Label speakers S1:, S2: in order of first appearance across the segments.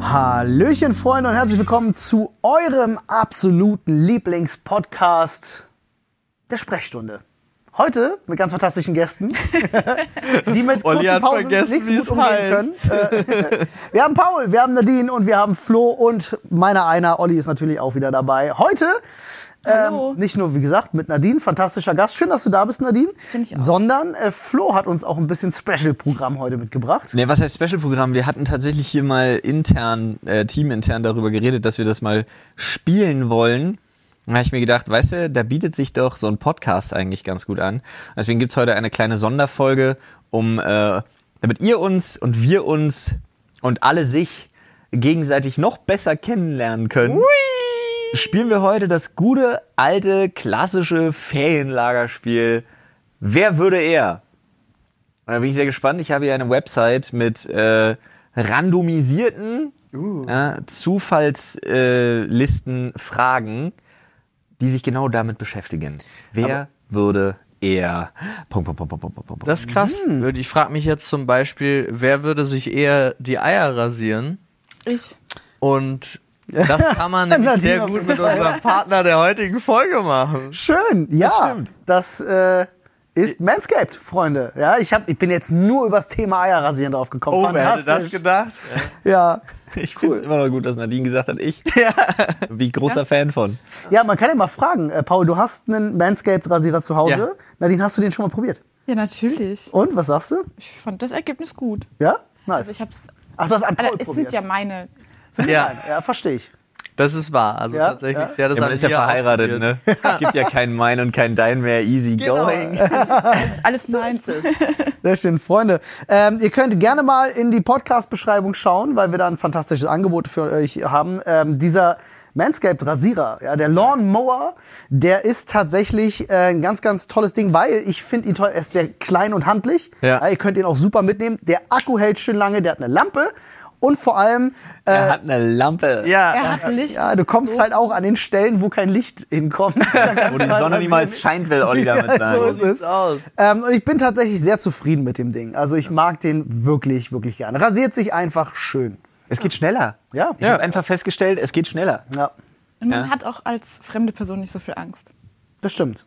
S1: Hallöchen, Freunde, und herzlich willkommen zu eurem absoluten Lieblingspodcast der Sprechstunde. Heute mit ganz fantastischen Gästen, die mit
S2: Olli
S1: kurzen
S2: hat
S1: Pausen
S2: vergessen,
S1: nicht so
S2: wie
S1: gut
S2: es
S1: umgehen können. Äh, wir haben Paul, wir haben Nadine und wir haben Flo und meiner einer, Olli ist natürlich auch wieder dabei. Heute
S3: Hallo.
S1: ähm, nicht nur, wie gesagt, mit Nadine, fantastischer Gast. Schön, dass du da bist, Nadine.
S3: Finde ich auch.
S1: Sondern äh, Flo hat uns auch ein bisschen Special-Programm heute mitgebracht.
S2: Ne, was heißt Special-Programm? Wir hatten tatsächlich hier mal intern, äh, teamintern darüber geredet, dass wir das mal spielen wollen. Da habe ich mir gedacht, weißt du, da bietet sich doch so ein Podcast eigentlich ganz gut an. Deswegen gibt's heute eine kleine Sonderfolge, um äh, damit ihr uns und wir uns und alle sich gegenseitig noch besser kennenlernen können. Spielen wir heute das gute, alte, klassische Ferienlagerspiel. Wer würde er? Und Da bin ich sehr gespannt. Ich habe hier eine Website mit äh, randomisierten
S4: Uh.
S2: ja, Zufallslisten äh, Listen Fragen, die sich genau damit beschäftigen. Wer würde eher. Punkt, Punkt, Punkt, Punkt, Punkt, Punkt, Punkt.
S4: Das ist krass.
S1: Mhm.
S4: Ich frage mich jetzt zum Beispiel, wer würde sich eher die Eier rasieren?
S3: Ich.
S4: Und das kann man nämlich
S1: Nadine
S4: sehr
S1: auf
S4: gut mit unserem Partner der heutigen Folge machen.
S1: Schön, ja.
S2: stimmt.
S1: Das, äh, ist Manscaped, Freunde. Ja, ich, hab, ich bin jetzt nur übers Thema Eierrasieren drauf gekommen.
S4: Oh, wer hätte das gedacht?
S1: ja.
S2: ich finde es immer noch gut, dass Nadine gesagt hat, ich. Ja. Bin ich großer Fan von.
S1: ja, man kann ja mal fragen. Äh, Paul, du hast einen Manscaped-Rasierer zu Hause.
S4: Ja.
S1: Nadine, hast du den schon mal probiert?
S3: Ja, natürlich.
S1: Und, was sagst du?
S3: Ich fand das Ergebnis gut.
S1: Ja? Nice.
S3: Also ich hab's.
S1: Ach, du hast an Paul
S3: Alter, es
S1: probiert.
S3: sind ja meine.
S4: Ja, ja
S1: ja, verstehe ich.
S4: das ist wahr. Also
S1: Ja,
S4: tatsächlich,
S1: ja.
S4: ja, das
S2: Ja, man
S4: haben
S2: ist ja
S4: wir
S2: verheiratet,
S4: ausprobiert. Genau.
S2: ne? Gibt ja kein Mein und kein Dein mehr. Easy going.
S3: Alles meins.
S1: Sehr schön, Freunde. Ähm, ihr könnt gerne mal in die Podcast-Beschreibung schauen, weil wir da ein fantastisches Angebot für euch haben. Ähm, dieser Manscaped-Rasierer, ja, der Lawnmower, der ist tatsächlich äh, ein ganz, ganz tolles Ding, weil ich finde ihn toll. Er ist sehr klein und handlich.
S4: Ja.
S1: ihr könnt ihn auch super mitnehmen. Der Akku hält schön lange, der hat eine Lampe. Und vor allem, äh,
S2: Er hat eine Lampe,
S4: Ja,
S3: Er hat Licht.
S1: ja, du kommst halt auch an den Stellen, wo kein Licht hinkommt.
S2: wo die Sonne niemals scheint, will Olli damit
S1: Ja,
S2: sagen.
S1: so ist es.
S4: aus.
S1: Ähm, und ich bin tatsächlich sehr zufrieden mit dem Ding. Also ich mag den wirklich, wirklich gerne. Rasiert sich einfach schön.
S2: Es geht schneller.
S1: Ja.
S2: Ich habe einfach festgestellt, es geht schneller.
S1: Ja,
S3: Und man
S2: Ja.
S3: hat auch als fremde Person nicht so viel Angst.
S1: das stimmt.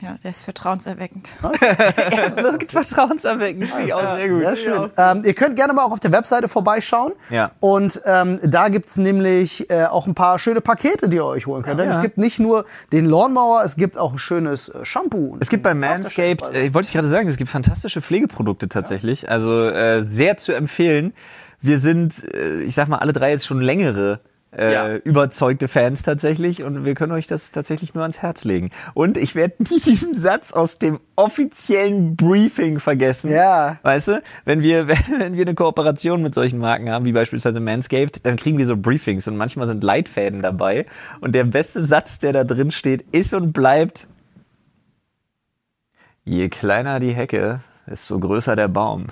S3: Ja, der ist vertrauenserweckend.
S2: Wirkt vertrauenserweckend. Finde ich auch sehr gut.
S1: Sehr schön. Ähm, ihr könnt gerne mal auch auf der Webseite vorbeischauen.
S2: Ja.
S1: Und ähm, da gibt's nämlich äh, auch ein paar schöne Pakete, die ihr euch holen könnt. Denn
S2: Ja.
S1: es gibt nicht nur den Lawnmower, es gibt auch ein schönes äh, Shampoo.
S2: Es gibt bei Manscaped, äh, wollte ich gerade sagen, es gibt fantastische Pflegeprodukte tatsächlich. Also äh, sehr zu empfehlen. Wir sind, äh, ich sag mal, alle drei jetzt schon längere. Äh,
S4: Ja.
S2: überzeugte Fans tatsächlich und wir können euch das tatsächlich nur ans Herz legen. Und ich werde nie diesen Satz aus dem offiziellen Briefing vergessen.
S1: Ja.
S2: Weißt du, wenn wir, wenn wir eine Kooperation mit solchen Marken haben, wie beispielsweise Manscaped, dann kriegen wir so Briefings und manchmal sind Leitfäden dabei. Und der beste Satz, der da drin steht, ist und bleibt, Je kleiner die Hecke, desto größer der Baum.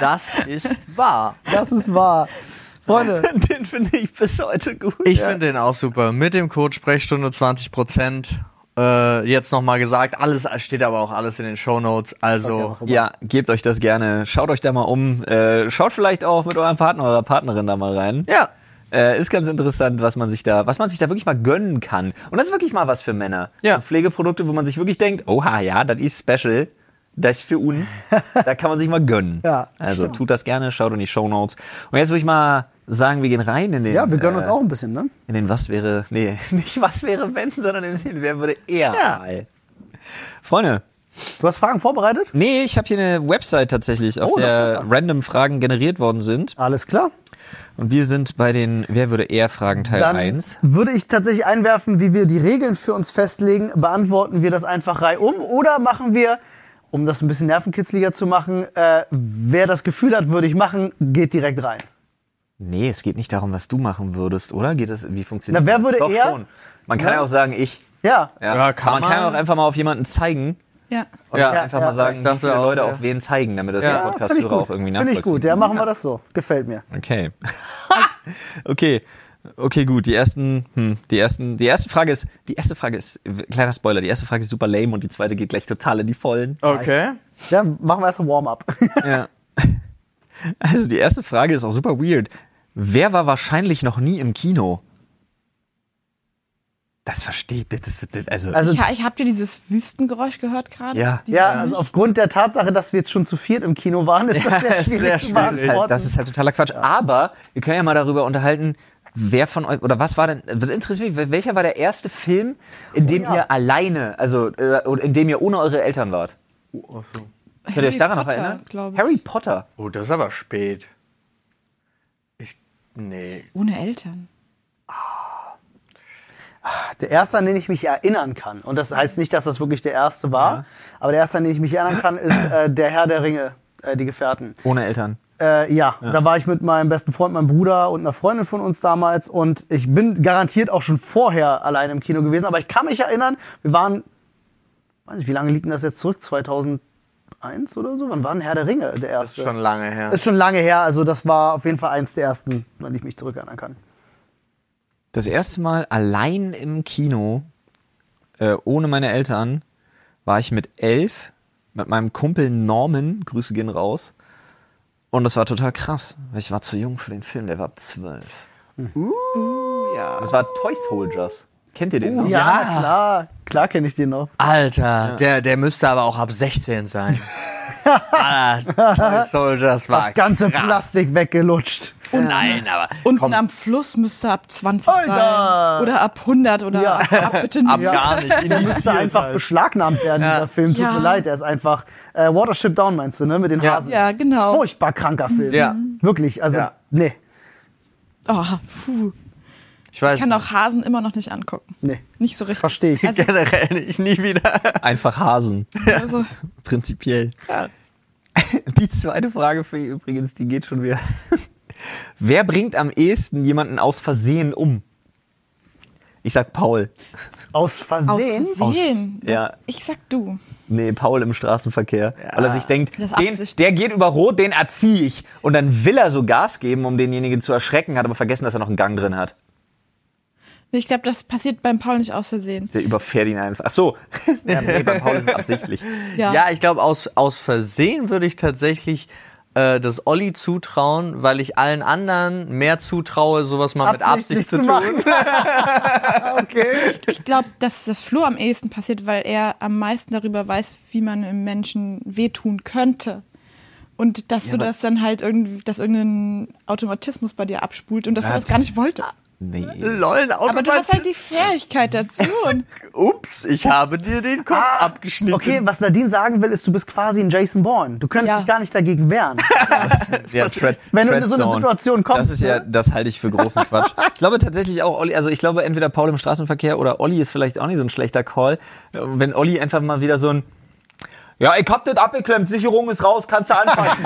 S4: Das ist wahr.
S1: Das ist wahr. Freunde,
S2: Den finde ich bis heute gut.
S4: Ich finde den auch super. Mit dem Code Sprechstunde 20%. Äh, jetzt nochmal gesagt, alles steht aber auch alles in den Shownotes. Also,
S2: ja, gebt euch das gerne. Schaut euch da mal um. Äh, schaut vielleicht auch mit eurem Partner oder Partnerin da mal rein.
S4: ja.
S2: Äh, ist ganz interessant, was man sich da, was man sich da wirklich mal gönnen kann. Und das ist wirklich mal was für Männer.
S4: Ja.
S2: So Pflegeprodukte, wo man sich wirklich denkt, oha, ja, das ist special. Das ist für uns. da kann man sich mal gönnen.
S1: Ja,
S2: also tut das gerne, schaut in die Shownotes. Und jetzt würde ich mal sagen, wir gehen rein in den.
S1: ja, wir gönnen uns
S2: äh,
S1: auch ein bisschen, ne?
S2: In den Was wäre, nee, nicht Was wäre wenn, sondern in den Wer würde eher
S4: Ja.
S2: mal. Freunde,
S1: Du hast Fragen vorbereitet?
S2: nee, ich habe hier eine Website tatsächlich, auf
S1: Oh, na,
S2: der
S1: interessant.
S2: random Fragen generiert worden sind.
S1: Alles klar.
S2: Und wir sind bei den Wer würde eher Fragen Teil
S1: Dann
S2: 1.
S1: würde ich tatsächlich einwerfen, wie wir die Regeln für uns festlegen. Beantworten wir das einfach reihum oder machen wir, um das ein bisschen nervenkitzliger zu machen, äh, wer das Gefühl hat, würde ich machen, geht direkt rein.
S2: Nee, es geht nicht darum, was du machen würdest, oder? Geht das, wie funktioniert
S1: Na, wer
S2: das?
S1: würde
S2: Doch
S1: eher-
S2: schon. Man kann ja,
S1: Ja.
S2: auch sagen, ich.
S1: Ja,
S4: Ja, kann
S2: man, kann ja
S4: man.
S2: auch einfach mal auf jemanden zeigen
S3: Ja.
S2: und
S4: Ja.
S1: Ja,
S2: einfach
S1: ja.
S2: mal sagen,
S4: Ich dachte
S2: wie viele
S4: auch,
S2: Leute
S4: ja.
S2: auf wen zeigen, damit das
S4: Ja.
S2: der
S4: Ja,
S1: finde ich
S2: Podcast-Hörer
S1: gut.
S2: auch irgendwie
S1: Finde
S2: nachvollziehen
S1: ich gut. Ja, machen wir das so. Gefällt mir.
S2: Okay. okay. Okay, gut. Die ersten, hm, die ersten, die erste Frage ist, die erste Frage ist, kleiner Spoiler, die erste Frage ist super lame und die zweite geht gleich total in die Vollen.
S4: Okay.
S1: Ja, machen wir erst ein Warm-up.
S2: Ja. Also die erste Frage ist auch super weird. Wer war wahrscheinlich noch nie im Kino? Das versteht, das, das, also,
S1: Also-
S3: Also, ich, ich habt ihr dieses Wüstengeräusch gehört gerade?
S2: Ja.
S3: Dieses-
S1: Ja, also aufgrund der Tatsache, dass wir jetzt schon zu viert im Kino waren, ist das sehr
S4: ist
S1: schwierig.
S4: sehr
S1: zu
S2: das,
S4: schwierig.
S2: ist halt, das
S1: beantworten.
S2: ist halt totaler Quatsch. Aber wir können ja mal darüber unterhalten, wer von euch oder was war denn? Das interessiert mich. Welcher war der erste Film, in dem
S1: ja.
S2: ihr alleine, also äh, oder in dem ihr ohne eure Eltern wart? Könnt ihr euch daran noch
S3: Potter,
S2: erinnern?
S3: glaub ich.
S2: Harry Potter.
S4: Oh, das ist aber spät. Ich. Nee.
S3: Ohne Eltern.
S1: der erste, an den ich mich erinnern kann, und das heißt nicht, dass das wirklich der erste war, aber der erste, an den ich mich erinnern kann, ist äh, der Herr der Ringe, äh, die Gefährten.
S2: Ohne Eltern.
S1: Äh, ja, da war ich mit meinem besten Freund, meinem Bruder und einer Freundin von uns damals und ich bin garantiert auch schon vorher allein im Kino gewesen, aber ich kann mich erinnern, wir waren, weiß nicht, wie lange liegt denn das jetzt zurück? 2001 oder so? Wann war denn Herr der Ringe der
S4: Das
S1: erste?
S4: ist schon lange her.
S1: Ist schon lange her, also das war auf jeden Fall eins der ersten, an die ich mich zurückerinnern kann.
S2: Das erste Mal allein im Kino, äh, ohne meine Eltern, war ich mit elf mit meinem Kumpel Norman, Grüße gehen raus. Und das war total krass, weil ich war zu jung für den Film, der war ab zwölf. Uh, ja. Das war Toy Soldiers. Kennt ihr den noch?
S1: Ja, klar, klar kenne ich den noch.
S4: Alter, der, der müsste aber auch ab 16 sein. ah, Toy Soldiers war.
S1: Das ganze Plastik weggelutscht.
S4: Nein, aber.
S3: Unten
S4: komm,
S3: am Fluss müsste ab 20
S1: Alter!
S3: sein. Oder ab 100 oder
S1: Ja.
S3: ab, ab bitte
S4: ab
S3: nicht.
S4: gar nicht.
S1: Der müsste einfach
S4: halt.
S1: beschlagnahmt werden, dieser Film. Tut
S3: Ja.
S1: mir leid, der ist einfach. Äh, Watership Down meinst du, ne? Mit den
S4: Ja.
S1: Hasen.
S3: Ja, genau.
S1: Furchtbar kranker Film.
S4: Ja.
S1: Wirklich, also,
S4: Ja.
S1: nee,
S3: Oh, puh.
S4: Ich weiß.
S3: Ich kann auch Hasen immer noch nicht angucken.
S1: nee.
S3: Nicht so richtig.
S1: Verstehe ich.
S3: Also,
S4: generell nicht, nie wieder.
S2: Einfach Hasen.
S3: also,
S2: Prinzipiell. Die zweite Frage für ihr übrigens, die geht schon wieder. Wer bringt am ehesten jemanden aus Versehen um? Ich sag Paul.
S1: Aus
S3: aus
S1: Versehen.
S3: Versehen.
S2: Ja,
S3: Ich sag du.
S2: Nee, Paul im Straßenverkehr. Weil er sich denkt,
S3: Das ist
S2: den,
S3: Absicht.
S2: der geht über Rot, den erzieh ich. Und dann will er so Gas geben, um denjenigen zu erschrecken, hat aber vergessen, dass er noch einen Gang drin hat.
S3: Nee, Ich glaube, das passiert beim Paul nicht aus Versehen.
S2: Der überfährt ihn einfach. Ach so. Ja, nee, bei Paul ist es absichtlich.
S3: Ja.
S4: Ja, ich glaube, aus, aus Versehen würde ich tatsächlich äh, das Olli zutrauen, weil ich allen anderen mehr zutraue, sowas mal mit Absicht
S1: Absichtlich
S4: zu
S1: zu
S4: tun.
S1: Okay.
S3: Ich glaube, dass das Flo am ehesten passiert, weil er am meisten darüber weiß, wie man einem Menschen wehtun könnte. Und dass du
S2: aber-
S3: das dann halt irgendwie, dass irgendein Automatismus bei dir abspult und dass du
S2: Was?
S3: das gar nicht wolltest.
S2: Nee.
S4: Lol, ein
S3: Aber du hast
S4: Automat-
S3: halt die Fähigkeit dazu. Und
S4: Ups, Ah, ich habe dir den Kopf abgeschnitten.
S1: Okay, was Nadine sagen will, ist, du bist quasi ein Jason Bourne. Du könntest
S3: Ja.
S1: dich gar nicht dagegen wehren.
S2: Ja, Tread,
S1: Wenn du in so eine
S2: Treadstone.
S1: Situation kommst,
S2: Das ist ja,
S1: ne?
S2: das halte ich für großen Quatsch. Ich glaube tatsächlich auch Olli, also ich glaube entweder Paul im Straßenverkehr oder Olli ist vielleicht auch nicht so ein schlechter Call. Wenn Olli einfach mal wieder so ein, ja, ich hab das abgeklemmt, Sicherung ist raus, kannst du anfassen.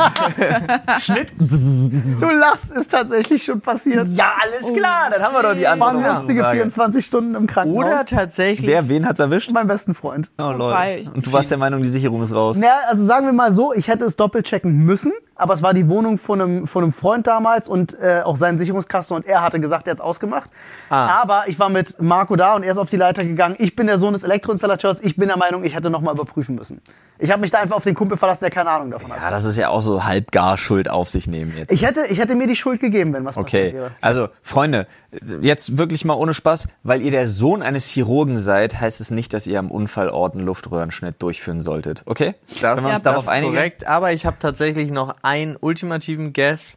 S2: Schnitt.
S1: Du lachst, ist tatsächlich schon passiert.
S2: Ja, alles klar, dann haben wir doch die
S1: Waren
S2: andere
S1: lustige
S2: Frage.
S1: 24 Stunden im Krankenhaus.
S4: Oder tatsächlich.
S2: Wer, wen hat's erwischt?
S1: meinem besten Freund.
S2: Oh,
S3: Wobei,
S2: lol.
S3: ich-
S2: Und du warst der Meinung, die Sicherung ist raus.
S1: Naja, also sagen wir mal so, ich hätte es doppelt checken müssen, aber es war die Wohnung von einem, von einem Freund damals und äh, auch seinen Sicherungskasten und er hatte gesagt, er hat's ausgemacht.
S4: Ah.
S1: Aber ich war mit Marco da und er ist auf die Leiter gegangen. Ich bin der Sohn des Elektroinstallateurs. Ich bin der Meinung, ich hätte nochmal überprüfen müssen. Ich habe mich da einfach auf den Kumpel verlassen, der keine Ahnung davon hat.
S2: Ja, das ist ja auch so halbgar Schuld auf sich nehmen jetzt.
S1: Ich hätte, ich hätte mir die Schuld gegeben, wenn was passiert
S2: Okay,
S1: wäre.
S2: also Freunde, jetzt wirklich mal ohne Spaß, weil ihr der Sohn eines Chirurgen seid, heißt es nicht, dass ihr am Unfallort einen Luftröhrenschnitt durchführen solltet. Okay?
S4: Das,
S2: Können wir uns
S4: das
S2: darauf
S4: ist
S2: einigen?
S4: korrekt, aber ich habe tatsächlich noch einen ultimativen Guess.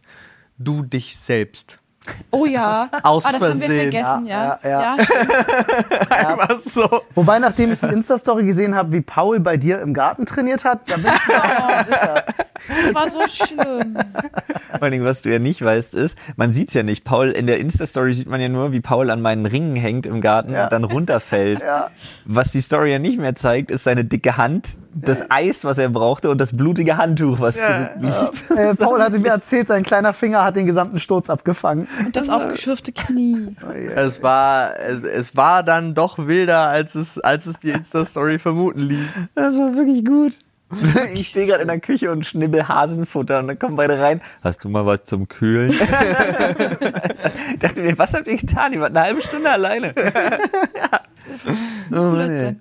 S4: Du dich selbst.
S3: oh ja.
S4: Aus
S3: ah, das haben wir
S4: Versehen.
S3: vergessen,
S1: Ja,
S3: ja.
S1: ja, ja.
S3: stimmt.
S4: Einfach so.
S1: Wobei, nachdem ich die Insta-Story gesehen habe, wie Paul bei dir im Garten trainiert hat, da bin ich mir auch noch sicher.
S3: das war so schlimm.
S2: Vor allen Dingen, was du ja nicht weißt, ist, man sieht's ja nicht. Paul, in der Insta-Story sieht man ja nur, wie Paul an meinen Ringen hängt im Garten
S1: Ja.
S2: und dann runterfällt.
S1: Ja.
S2: Was die Story ja nicht mehr zeigt, ist seine dicke Hand, das Eis, was er brauchte und das blutige Handtuch, was zurückblieb.
S1: Äh, Paul hatte mir erzählt, sein kleiner Finger hat den gesamten Sturz abgefangen.
S3: Und das aufgeschürfte Knie.
S4: Es war, es, es war dann doch wilder, als es, als es die Insta-Story vermuten ließ.
S2: Das war wirklich gut. Ich stehe gerade in der Küche und schnibbel Hasenfutter und dann kommen beide rein. Hast du mal was zum Kühlen? ich dachte mir, was habt ihr getan? Ihr wart eine halbe Stunde alleine.
S3: Blödsinn.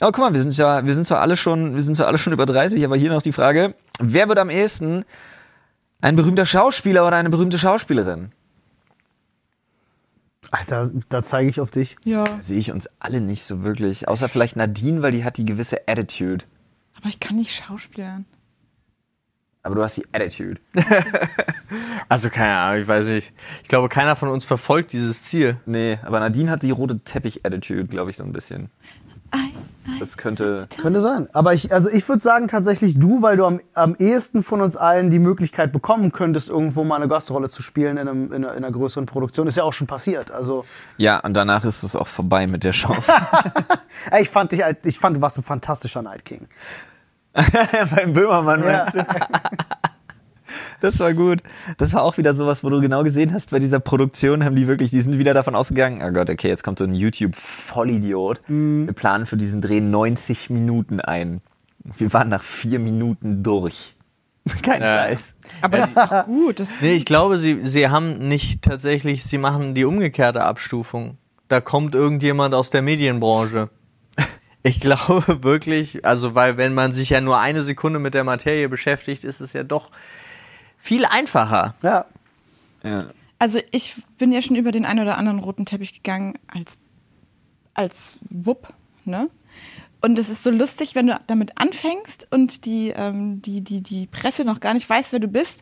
S2: Oh, guck mal, wir sind zwar, wir sind zwar alle schon, wir sind zwar alle schon über 30, aber hier noch die Frage, wer wird am ehesten Ein berühmter Schauspieler oder eine berühmte Schauspielerin?
S1: Alter, da zeige ich auf dich.
S3: Ja.
S2: Sehe ich uns alle nicht so wirklich. Außer vielleicht Nadine, weil die hat die gewisse Attitude.
S3: Aber ich kann nicht schauspielern.
S2: Aber du hast die Attitude.
S4: Also keine Ahnung, ich weiß nicht. Ich glaube, keiner von uns verfolgt dieses Ziel.
S2: Nee, aber Nadine hat die rote Teppich-Attitude, glaube ich, so ein bisschen. Das könnte.
S1: Könnte sein. Aber ich, also ich würde sagen tatsächlich du, weil du am, am ehesten von uns allen die Möglichkeit bekommen könntest, irgendwo mal eine Gastrolle zu spielen in, einem, in, einer, in einer größeren Produktion. Ist ja auch schon passiert. Also
S2: Ja, und danach ist es auch vorbei mit der Chance.
S1: ey, ich fand dich, halt- ich fand, du warst ein fantastischer Night King.
S2: Beim Böhmermann,
S1: Ja.
S2: meinst du? Das war gut. Das war auch wieder sowas, wo du genau gesehen hast, bei dieser Produktion haben die wirklich, die sind wieder davon ausgegangen, oh Gott, okay, jetzt kommt so ein YouTube-Vollidiot. Wir planen für diesen Dreh 90 Minuten ein. Wir waren nach vier Minuten durch. Kein
S4: Ja.
S2: Scheiß.
S3: Aber das ist doch gut. Das
S4: Nee, ich glaube, sie, sie haben nicht tatsächlich, sie machen die umgekehrte Abstufung. Da kommt irgendjemand aus der Medienbranche. Ich glaube wirklich, also weil wenn man sich ja nur eine Sekunde mit der Materie beschäftigt, ist es ja doch viel einfacher.
S1: Ja.
S2: Ja.
S3: Also ich bin ja schon über den einen oder anderen roten Teppich gegangen als, als Wupp, ne? Und es ist so lustig, wenn du damit anfängst und die, ähm, die, die, die Presse noch gar nicht weiß, wer du bist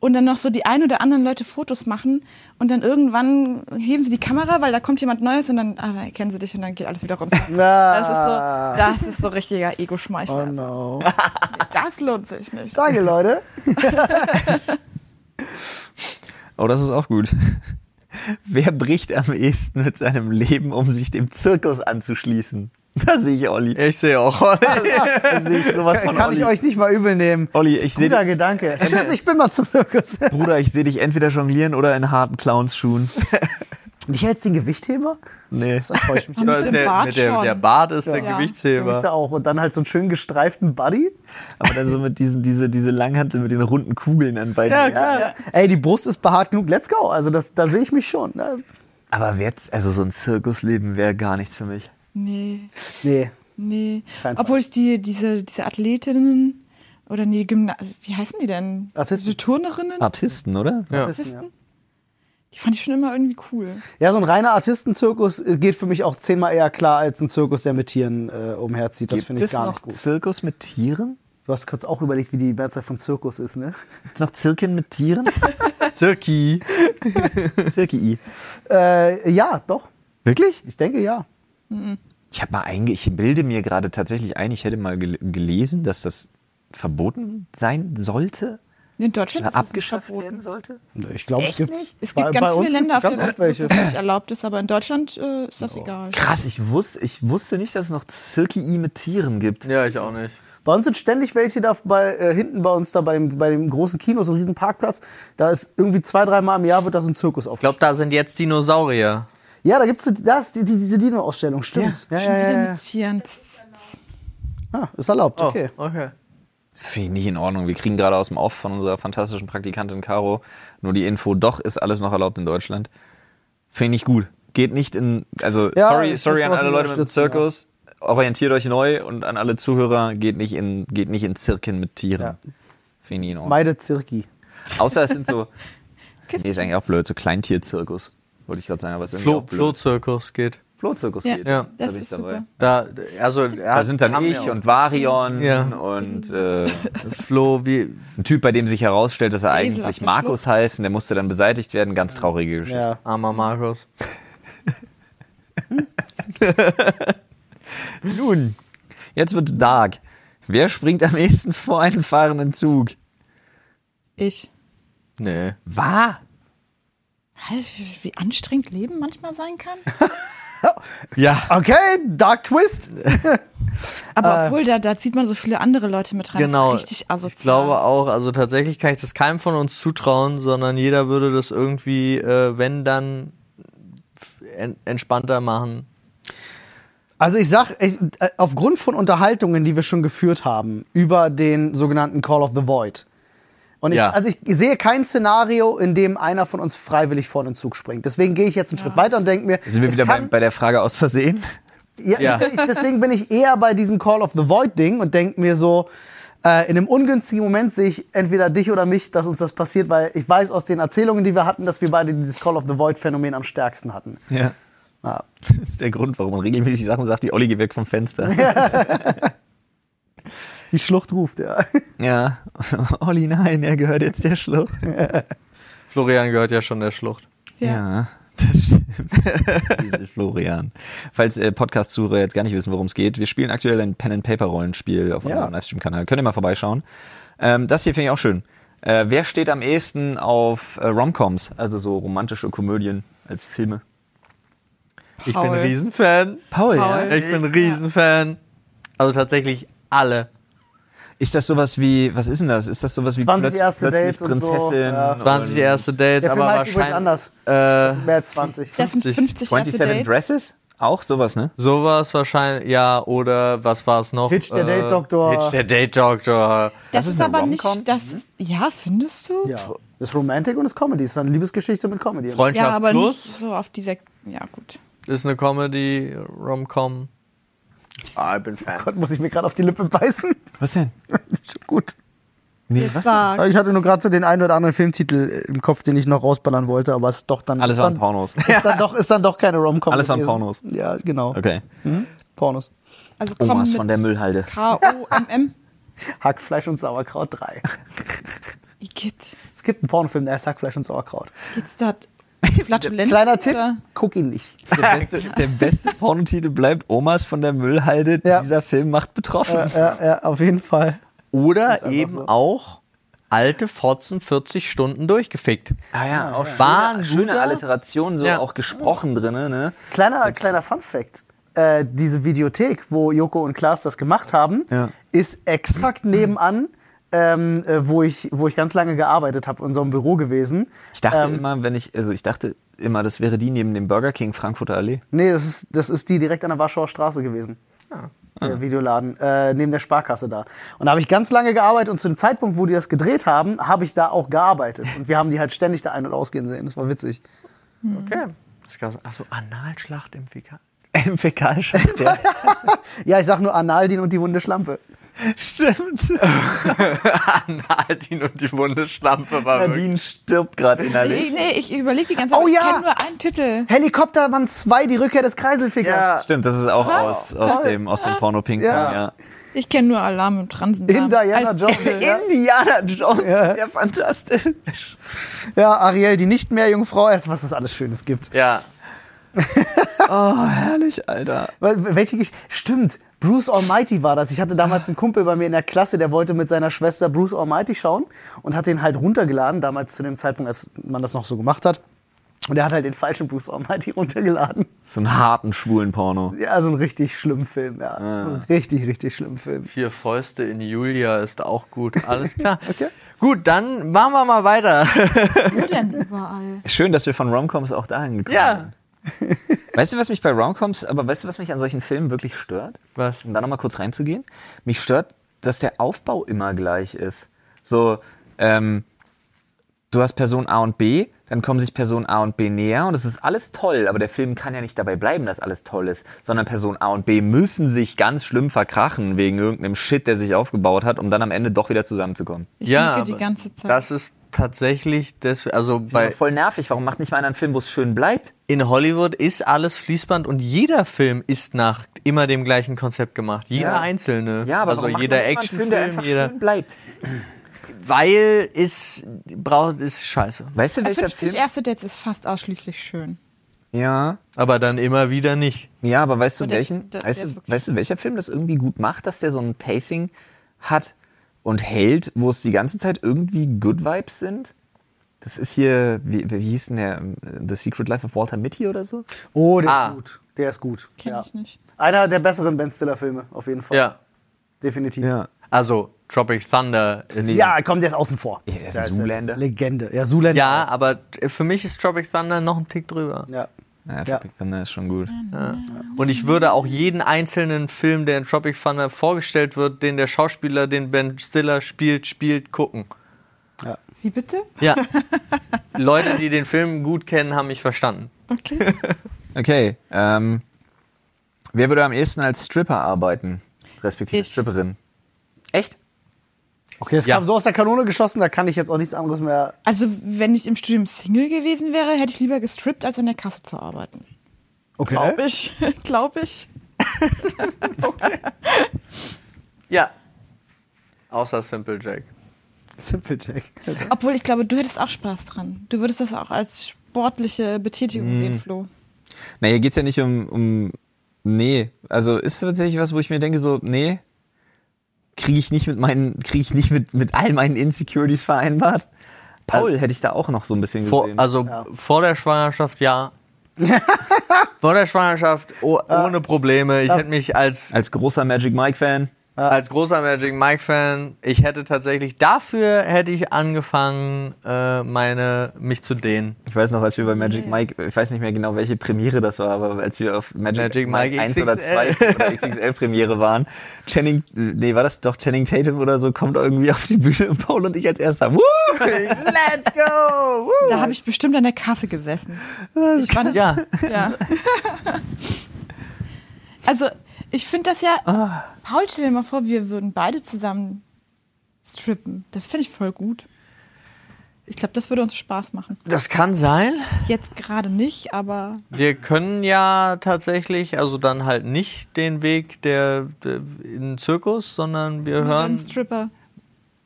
S3: und dann noch so die ein oder anderen Leute Fotos machen und dann irgendwann heben sie die Kamera, weil da kommt jemand Neues und dann, ah, da erkennen sie dich und dann geht alles wieder runter.
S1: Na.
S3: Das ist so, das ist so richtiger Ego-Schmeichler.
S1: Oh no.
S3: Das lohnt sich nicht.
S1: Danke, Leute.
S2: Oh, das ist auch gut. Wer bricht am ehesten mit seinem Leben, um sich dem Zirkus anzuschließen? Da sehe ich Olli.
S4: Ich sehe auch.
S2: Da sehe ich sowas von
S1: Kann
S2: Olli.
S1: ich euch nicht mal übel nehmen.
S2: Olli,
S1: Ist
S2: ich seh
S1: Guter
S2: dich-
S1: Gedanke. Tschüss, ich bin mal zum Zirkus.
S2: Bruder, ich sehe dich entweder jonglieren oder in harten Clownsschuhen.
S1: Nicht als den Gewichtheber?
S2: Nee.
S1: Das enttäuscht mich.
S3: Mit dem
S4: der,
S3: Bart
S4: mit der,
S3: schon.
S4: der Bart ist der
S3: Ja.
S1: Ich da
S4: Gewichtsheber.
S1: auch. Und dann halt so einen schönen gestreiften Buddy.
S2: Aber dann so mit diesen, diese, diese Langhantel mit den runden Kugeln an beiden Enden.
S1: Ja. Ey, die Brust ist behaart genug. Let's go. Also das, da sehe ich mich schon. Ne?
S2: Aber jetzt, also so ein Zirkusleben wäre gar nichts für mich.
S3: Nee.
S1: Nee.
S3: Nee.
S1: Kein
S3: Obwohl ich die, diese, diese Athletinnen oder nee, Gymna wie heißen die denn?
S1: Artisten.
S3: Diese Turnerinnen?
S2: Ah. Artisten, oder?
S4: Ja.
S1: Artisten, ja.
S3: Artisten? Die fand ich schon immer irgendwie cool.
S1: ja, so ein reiner Artistenzirkus äh, geht für mich auch zehnmal eher klar als ein Zirkus, der mit Tieren äh, umherzieht. Das
S2: Gibt
S1: finde ich
S2: es
S1: gar
S2: noch
S1: nicht gut.
S2: Zirkus mit Tieren?
S1: Du hast kurz auch überlegt, wie die Mehrzahl von Zirkus ist, ne?
S2: Gibt es noch Zirken mit Tieren?
S4: Zirki.
S2: Zirki.
S1: Äh, ja, doch.
S2: Wirklich?
S1: Ich denke ja.
S2: Ich habe mal einge ich bilde mir gerade tatsächlich ein, ich hätte mal gel gelesen, dass das verboten sein sollte,
S3: In Deutschland ist
S2: oder
S3: das
S2: abgeschafft
S3: nicht
S2: werden
S3: verboten.
S2: sollte.
S1: Ich glaube, es gibt
S3: Es gibt
S1: bei-
S3: ganz
S1: bei uns
S3: viele Länder, auf
S1: gibt's
S3: der
S1: ganz oft
S3: Welt, wo es
S1: welche.
S3: das nicht erlaubt ist, aber in Deutschland äh, ist das egal.
S2: Krass, ich wusste, ich wusste nicht, dass es noch Zirki mit Tieren gibt.
S4: Ja, ich auch nicht.
S1: Bei uns sind ständig welche da bei, äh, hinten bei uns da bei dem, bei dem großen Kino, so einem riesen Parkplatz. Da ist irgendwie zwei, dreimal im Jahr wird da so ein Zirkus
S4: Ich
S1: auf.
S4: glaube, da sind jetzt Dinosaurier.
S1: Ja, da gibt's so- das, die, die, diese Dino-Ausstellung, stimmt. Ja,
S3: Schon
S1: ja, ja,
S3: wieder
S1: ja,
S3: mit Tieren. Psst.
S1: Ah, ist erlaubt,
S4: Oh,
S1: okay.
S4: okay.
S2: Finde ich nicht in Ordnung. Wir kriegen gerade aus dem Off von unserer fantastischen Praktikantin Caro nur die Info, doch ist alles noch erlaubt in Deutschland. Finde ich nicht gut. Geht nicht in, also
S1: Ja,
S2: sorry,
S1: ich
S2: sorry
S1: würd's
S2: an
S1: was
S2: alle
S1: nicht
S2: Leute mit dem
S1: unterstützen,
S2: Zirkus. Orientiert euch neu und an alle Zuhörer, geht nicht in, geht nicht in Zirken mit Tieren.
S1: Ja.
S2: Finde ich in Ordnung.
S1: Meide Zirki.
S2: Außer es sind so, nee,
S3: Kisten.
S2: ist eigentlich auch blöd, so Kleintierzirkus. Wollte ich gerade sagen, aber es ist irgendwie
S4: Flo,
S2: auch blöd.
S4: Flohzirkus geht.
S2: Flohzirkus
S3: Ja.
S2: geht.
S4: Ja.
S2: Da
S3: Das
S2: bin ich
S3: ist
S2: dabei.
S3: super.
S4: Da, also,
S2: Da sind dann eh ich und Varion
S4: Ja.
S2: und äh,
S4: Flo, wie,
S2: ein Typ, bei dem sich herausstellt, dass er
S3: Esel aus
S2: eigentlich
S3: der
S2: Markus heißt und der musste dann beseitigt werden. Ganz traurige Geschichte.
S1: Ja.
S4: armer Markus.
S2: Nun, jetzt wird dark. Wer springt am ehesten vor einen fahrenden Zug?
S3: Ich.
S4: Nee.
S2: War?
S3: Weißt du, wie- wie anstrengend Leben manchmal sein kann?
S4: Ja,
S1: Okay, Dark Twist. Äh.
S3: Aber obwohl, da, da zieht man so viele andere Leute mit rein.
S4: genau.
S3: Das ist richtig asozial.
S4: Ich glaube auch, also tatsächlich kann ich das keinem von uns zutrauen, sondern jeder würde das irgendwie, äh, wenn dann, f- en entspannter machen.
S1: Also ich sag, ich, äh, aufgrund von Unterhaltungen, die wir schon geführt haben, über den sogenannten Call of the Void. Und ich,
S4: Ja.
S1: also ich sehe kein Szenario, in dem einer von uns freiwillig vor einen Zug springt. Deswegen gehe ich jetzt einen Schritt weiter und denke mir,
S2: Sind wir
S1: es
S2: wieder bei,
S1: kann,
S2: bei der Frage aus Versehen?
S1: ja,
S4: Ja.
S1: Ich, deswegen bin ich eher bei diesem Call of the Void Ding und denke mir so, Äh, in einem ungünstigen Moment sehe ich entweder dich oder mich, dass uns das passiert, weil ich weiß aus den Erzählungen, die wir hatten, dass wir beide dieses Call of the Void-Phänomen am stärksten hatten.
S2: Ja.
S1: Ja.
S2: Das ist der Grund, warum man regelmäßig Sachen sagt, wie Olli, geh weg vom Fenster.
S1: Die Schlucht ruft, ja.
S2: Ja. Olli, nein, er gehört jetzt der Schlucht.
S4: Florian gehört ja schon der Schlucht.
S2: Ja, das stimmt. Diese Florian. Falls äh, Podcast-Zuhörer jetzt gar nicht wissen, worum es geht, wir spielen aktuell ein Pen-and-Paper-Rollenspiel auf
S1: Ja.
S2: unserem Livestream-Kanal. Könnt ihr mal vorbeischauen. Ähm, das hier finde ich auch schön. Äh, wer steht am ehesten auf äh, Romcoms, also so romantische Komödien als Filme?
S4: Ich bin
S3: Paul.
S4: ein Riesenfan.
S2: Paul,
S3: Paul.
S2: ja.
S4: Ich bin ein Riesenfan. Also tatsächlich alle.
S2: Ist das sowas wie, was ist denn das? Ist das sowas wie
S1: 20
S2: plötz-
S1: erste
S2: plötzlich
S1: Dates und so,
S2: Prinzessin?
S1: ja.
S4: 20 erste Dates,
S1: Der Film
S4: aber
S1: heißt übrigens
S4: wahrscheinlich.
S1: anders.
S4: Äh,
S1: Mehr als 20.
S3: Das sind
S4: 50.
S3: 50 erste
S2: 27
S3: Dates.
S2: Dresses? Auch sowas, ne?
S4: sowas wahrscheinlich, ja, oder was war es noch? Äh,
S1: Hitch, der Date-Doktor.
S4: Hitch der Date Doktor.
S3: Das,
S2: ist
S3: ist,
S2: eine
S3: aber nicht,
S2: Rom-Com? Mhm.
S3: das ist, ja, findest du?
S1: Ja. Das ist Romantik und das ist Comedy. Das ist eine Liebesgeschichte mit Comedy.
S3: Ja,
S4: Freundschaft
S3: aber nicht
S4: Plus
S3: so auf dieser, ja gut.
S4: ist eine Comedy Romcom. Ah, ich bin Fan.
S1: Oh Gott, muss ich mir gerade auf die Lippe beißen?
S2: Was denn?
S1: Gut.
S2: Nee, was? denn?
S3: Sag.
S1: Ich hatte nur gerade so den einen oder anderen Filmtitel äh, im Kopf, den ich noch rausballern wollte, aber es ist doch dann.
S2: Alles
S1: ist
S2: waren
S1: dann-
S2: Pornos.
S1: Ist dann doch, ist dann doch keine Rom-Com.
S2: Alles waren
S1: gewesen.
S2: Pornos.
S1: Ja, genau.
S2: Okay.
S1: Mhm. Pornos.
S3: Also komm
S2: Omas
S3: mit
S2: von der Müllhalde.
S3: K-O-M-M.
S1: Hackfleisch und Sauerkraut 3.
S3: Igitt.
S1: Es gibt einen Pornofilm, der heißt Hackfleisch und Sauerkraut.
S3: Geht's da flatulent?
S1: Kleiner Tipp,
S3: oder?
S1: guck ihn nicht.
S2: Der beste, der beste Pornotitel bleibt Omas von der Müllhalde.
S1: Ja.
S2: Dieser Film macht betroffen.
S1: Ja, ja, ja, Äh, auf jeden Fall.
S4: Oder eben auch alte Fotzen 40 Stunden durchgefickt.
S2: Ah ja,
S4: Oh,
S2: auch
S4: War
S2: schöne,
S4: ein
S2: schöne
S4: guter-
S2: Alliteration, so
S4: Ja.
S2: auch gesprochen drin. Ne?
S1: Kleiner,
S2: Sex.
S1: kleiner Fun-Fact. Äh, diese Videothek, wo Joko und Klaas das gemacht haben,
S2: Ja.
S1: ist exakt nebenan, ähm, äh, wo, ich, wo ich ganz lange gearbeitet habe, in so einem Büro gewesen.
S2: Ich dachte
S1: Ähm,
S2: immer, wenn ich, also ich dachte immer, das wäre die neben dem Burger King Frankfurter Allee.
S1: Nee, das ist, das ist die direkt an der Warschauer Straße gewesen. Der Videoladen, äh, neben der Sparkasse da. Und da habe ich ganz lange gearbeitet und zu dem Zeitpunkt, wo die das gedreht haben, habe ich da auch gearbeitet. Und wir haben die halt ständig da ein- und ausgehen sehen. Das war witzig.
S4: Okay. Das gab's- Ach so, Analschlacht im Fäkal.
S2: Im Fäkalschacht, ja.
S1: Ja, ich sag nur Analdin und die wunde Schlampe.
S2: Stimmt.
S4: Analdin und die Wundeschlampe war wirklich.
S2: Nadine stirbt gerade innerlich.
S3: Nee, nee, ich überlege die ganze Zeit.
S1: Oh
S3: ich
S1: ja!
S3: kenne nur einen Titel.
S1: Helikoptermann 2, die Rückkehr des Kreiselfickers.
S4: Ja.
S2: Stimmt, das ist auch aus,
S1: Was?
S2: aus
S1: Toll.
S2: dem, aus dem Porno-Ping-Pong,
S1: Ja.
S2: ja.
S3: Ich kenne nur Alarm im Transen.
S1: In Diana
S3: Als
S1: Jones.
S3: Titel.
S1: Ja.
S2: Indiana Jones,
S1: Ja.
S2: ja fantastisch.
S1: Ja, Ariel, die nicht mehr Jungfrau ist, was es alles Schönes gibt.
S4: Ja.
S2: Oh, herrlich, Alter.
S1: Wel- Welche Gesch Stimmt, Bruce Almighty war das. Ich hatte damals einen Kumpel bei mir in der Klasse, der wollte mit seiner Schwester Bruce Almighty schauen und hat den halt runtergeladen, damals zu dem Zeitpunkt, als man das noch so gemacht hat. Und er hat halt den falschen Bruce Almighty runtergeladen.
S2: So einen harten, schwulen Porno.
S1: Ja, so ein richtig schlimmen Film, ja. So ein richtig, richtig schlimmen Film.
S4: Vier Fäuste in Julia ist auch gut. Alles klar.
S1: Okay.
S4: Gut, dann machen wir mal weiter.
S3: Wo denn überall?
S2: Schön, dass wir von Romcoms auch dahin gekommen
S4: Ja.
S2: sind. Weißt du, was mich bei Romcoms, aber weißt du, was mich an solchen Filmen wirklich stört?
S4: Was?
S2: Um da nochmal kurz reinzugehen. Mich stört, dass der Aufbau immer gleich ist. So, ähm, du hast Person A und B, dann kommen sich Person A und B näher und es ist alles toll, aber der Film kann ja nicht dabei bleiben, dass alles toll ist, sondern Person A und B müssen sich ganz schlimm verkrachen wegen irgendeinem Shit, der sich aufgebaut hat, um dann am Ende doch wieder zusammenzukommen.
S3: Ich
S4: ja,
S3: nicke die
S4: aber
S3: ganze Zeit.
S4: das ist tatsächlich, das, also
S2: Bei
S4: bei,
S2: voll nervig, warum macht nicht mal einer einen Film, wo es schön bleibt?
S4: in Hollywood ist alles Fließband und jeder Film ist nach immer dem gleichen Konzept gemacht. Jeder
S2: Ja.
S4: einzelne.
S2: Ja, aber
S4: also
S2: warum macht
S4: jeder
S2: man nicht mal einen Film, der
S4: Actionfilm,
S2: einfach
S4: jeder.
S2: schön bleibt.
S4: Weil es braucht ist scheiße.
S2: Weißt du, welcher
S3: 50
S2: Film?
S3: erste Dates ist fast ausschließlich schön.
S2: Ja,
S4: Aber dann immer wieder nicht.
S2: ja, aber weißt du
S3: Und der ist-
S2: welchen?
S3: der- der
S2: weißt,
S3: ist
S2: du,
S3: wirklich
S2: weißt du, welcher Film das irgendwie gut macht, dass der so ein Pacing hat und hält, wo es die ganze Zeit irgendwie Good Vibes sind? Das ist hier, wie, wie hieß denn der? ähm, The Secret Life of Walter Mitty oder so?
S1: Oh, der
S4: Ah.
S1: ist gut. Der ist gut.
S3: Kenn ich nicht.
S1: Einer der besseren Ben Stiller-Filme, auf jeden Fall.
S4: Ja.
S1: Definitiv.
S2: Ja.
S4: Also Tropic Thunder ist
S1: Ja, komm, der ist außen vor.
S2: Ja, der ist
S1: Der
S2: Zoolander.
S1: Legende. Ja,
S2: genau.
S1: Zoolander.
S4: Ja, aber t- für mich ist Tropic Thunder noch ein Tick drüber.
S1: Ja.
S2: Ah, Ja,
S1: Ja.
S2: Tropic Thunder ist schon gut.
S4: Und ich würde auch jeden einzelnen Film, der in Tropic Thunder vorgestellt wird, den der Schauspieler, den Ben Stiller spielt, spielt, gucken.
S3: Wie bitte?
S4: Ja. Leute, die den Film gut kennen, haben mich verstanden.
S3: Okay.
S2: Okay, ähm, wer würde am ehesten als Stripper arbeiten? Respektive
S3: Ich.
S2: Stripperin? Echt?
S1: Okay, das
S4: Ja.
S1: kam so aus der Kanone geschossen, da kann ich jetzt auch nichts anderes mehr.
S3: Also, wenn ich im Studium Single gewesen wäre, hätte ich lieber gestrippt, als an der Kasse zu arbeiten.
S1: Okay.
S3: Glaube ich. Glaube ich.
S4: Ja. Außer Simple Jack.
S1: Simple Jack.
S3: Obwohl, ich glaube, du hättest auch Spaß dran. Du würdest das auch als sportliche Betätigung sehen, Flo.
S2: Na, hier geht's ja nicht um, um nee. Also ist tatsächlich was, wo ich mir denke, so, nee, kriege ich nicht mit meinen, kriege ich nicht mit, mit all meinen Insecurities vereinbart. Paul hätte ich da auch noch so ein bisschen
S4: Vor,
S2: gesehen.
S4: also
S1: Ja.
S4: vor der Schwangerschaft ja. vor der Schwangerschaft oh, ohne Probleme. Ich hätte mich als,
S2: Als großer Magic Mike-Fan.
S4: als großer Magic Mike Fan, ich hätte tatsächlich dafür hätte ich angefangen, äh, meine mich zu dehnen.
S2: Ich weiß noch, als wir bei Magic Mike, ich weiß nicht mehr genau, welche Premiere das war, aber als wir auf Magic,
S4: Magic
S2: Mike
S4: Mike
S2: 1 oder 2
S4: XXL.
S2: oder XXL Premiere waren, Channing, nee, war das doch Channing Tatum oder so, kommt irgendwie auf die Bühne und Paul und ich als erster. Woo!
S4: Let's go! Woo!
S3: Da habe ich bestimmt an der Kasse gesessen.
S4: Ich kann, ja,
S3: Ja. also, ich finde das ja.
S4: Ah.
S3: Paul, stell dir mal vor, wir würden beide zusammen strippen. Das finde ich voll gut. Ich glaube, das würde uns Spaß machen.
S4: das kann sein.
S3: Jetzt gerade nicht, aber
S4: Wir können ja tatsächlich, also dann halt nicht den Weg der, der in den Zirkus, sondern wir
S3: ein
S4: hören,
S3: Stripper.